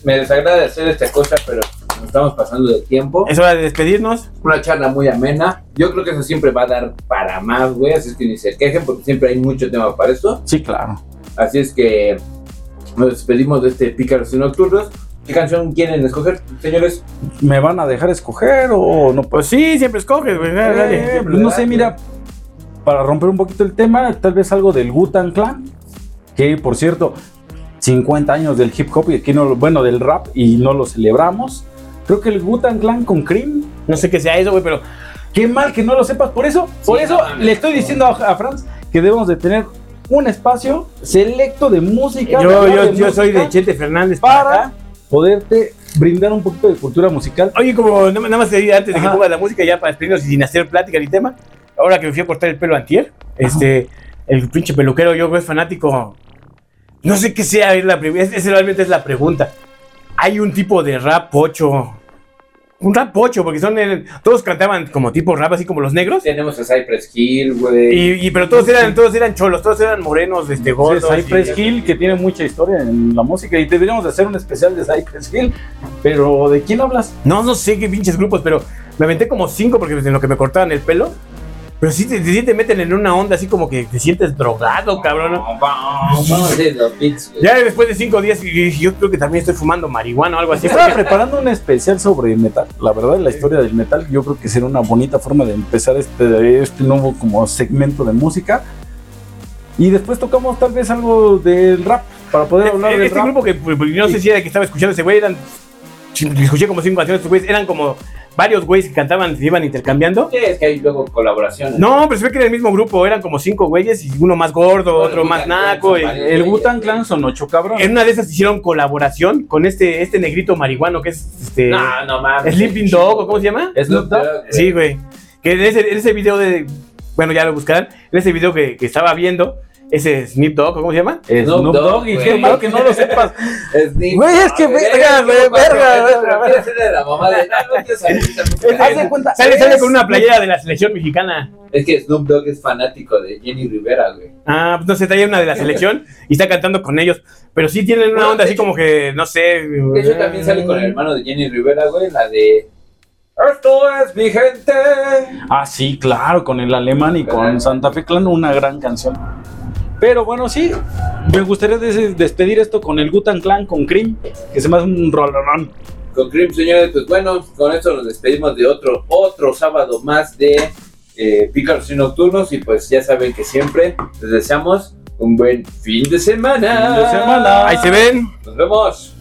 me desagrada hacer esta cosa, pero nos estamos pasando de tiempo. Es hora de despedirnos. una charla muy amena. Yo creo que eso siempre va a dar para más, güey. Así es que ni se quejen porque siempre hay mucho tema para esto. Sí, claro. Así es que nos despedimos de este Pícaros y Nocturnos. ¿Qué canción quieren escoger, señores? ¿Me van a dejar escoger o no? Pues sí, siempre escoges, güey. dale, Ah, dale. Eh, pues no sé, mira, para romper un poquito el tema, tal vez algo del Gutan Clan, que por cierto, 50 años del hip hop y aquí no, lo- bueno, del rap y no lo celebramos. Creo que el Gutan Clan con Cream, No sé qué sea eso, güey, pero qué mal que no lo sepas, por eso, por eso no mames, le estoy no. diciendo a, a Franz que debemos de tener un espacio selecto de música. de yo, hablar yo, yo música, soy de Chete Fernández para para acá. poderte brindar un poquito de cultura musical. Oye, como na- nada más te diga antes de que Ajá. pongas la música ya para despedirnos y sin hacer plática ni tema, ahora que me fui a cortar el pelo antier, este, el pinche peluquero yo güey, es fanático, no sé qué sea, es la pre- es- es realmente es la pregunta. Hay un tipo de rap pocho, un rap pocho, porque son, el- todos cantaban como tipo rap, así como los negros, Tenemos a Cypress Hill, güey. y, y- pero todos eran, todos eran cholos, todos eran morenos, este, Entonces, gordos. y- Cypress Hill, que tiene mucha historia en la música, y deberíamos de hacer un especial de Cypress Hill, pero ¿de quién hablas? No, no sé qué pinches grupos, pero me aventé como cinco porque en lo que me cortaban el pelo. Pero sí te, sí te meten en una onda así como que te sientes drogado, cabrón. Vamos a hacer los beats, güey. Ya después de cinco días, y- y- yo creo que también estoy fumando marihuana o algo así. Estaba preparando un especial sobre metal, la verdad, la historia del metal, yo creo que será una bonita forma de empezar este, este nuevo como segmento de música, y después tocamos tal vez algo del rap, para poder hablar Este, del este rap. grupo que pues, no sé si era el que estaba escuchando ese güey, eran. Escuché como cinco canciones, estos güeyes, eran como varios güeyes que cantaban, se iban intercambiando. Sí, es que hay luego colaboraciones. No, pero se ve que era el mismo grupo, eran como cinco güeyes y uno más gordo, Bueno, otro más puta, naco. y- son varios. El Gutan Clan son ocho cabrones. en una de esas hicieron colaboración con este, este negrito marihuano que es este. eh, no, no mames. Sleeping Dog, ¿o cómo se llama? Snoop Dogg. Sí, güey. Que en ese, en ese video de. Bueno, ya lo buscarán. En ese video que, que estaba viendo, ese Snoop Dog, ¿o ¿cómo se llama? Snoop Dogg, y güey. qué mal que no lo sepas. Slim Güey, es que verga, güey, verga, verga, Quiere ser de la mamá de. "No, no quiero salir de esa música". Haz de cuenta, Sale, sale es- con una playera de la selección mexicana. Es que Snoop Dogg es fanático de Jenny Rivera, güey. Ah, pues no sé, trae una de la selección y está cantando con ellos. Pero sí tienen una Bueno, onda de así hecho- como que, no sé. De hecho, también sale con el hermano de Jenny Rivera, güey, la de. Esto es mi gente. Ah, sí, claro, con el alemán y con Santa Fe Clan, una gran canción. Pero bueno, sí, me gustaría des- despedir esto con el Gutan Clan, con Cream, que se me hace un rolonón. Con Cream, señores, pues bueno, con esto nos despedimos de otro, otro sábado más de eh, Pícaros y Nocturnos. Y pues ya saben que siempre les deseamos un buen fin de semana. Fin de semana. Ahí se ven. Nos vemos.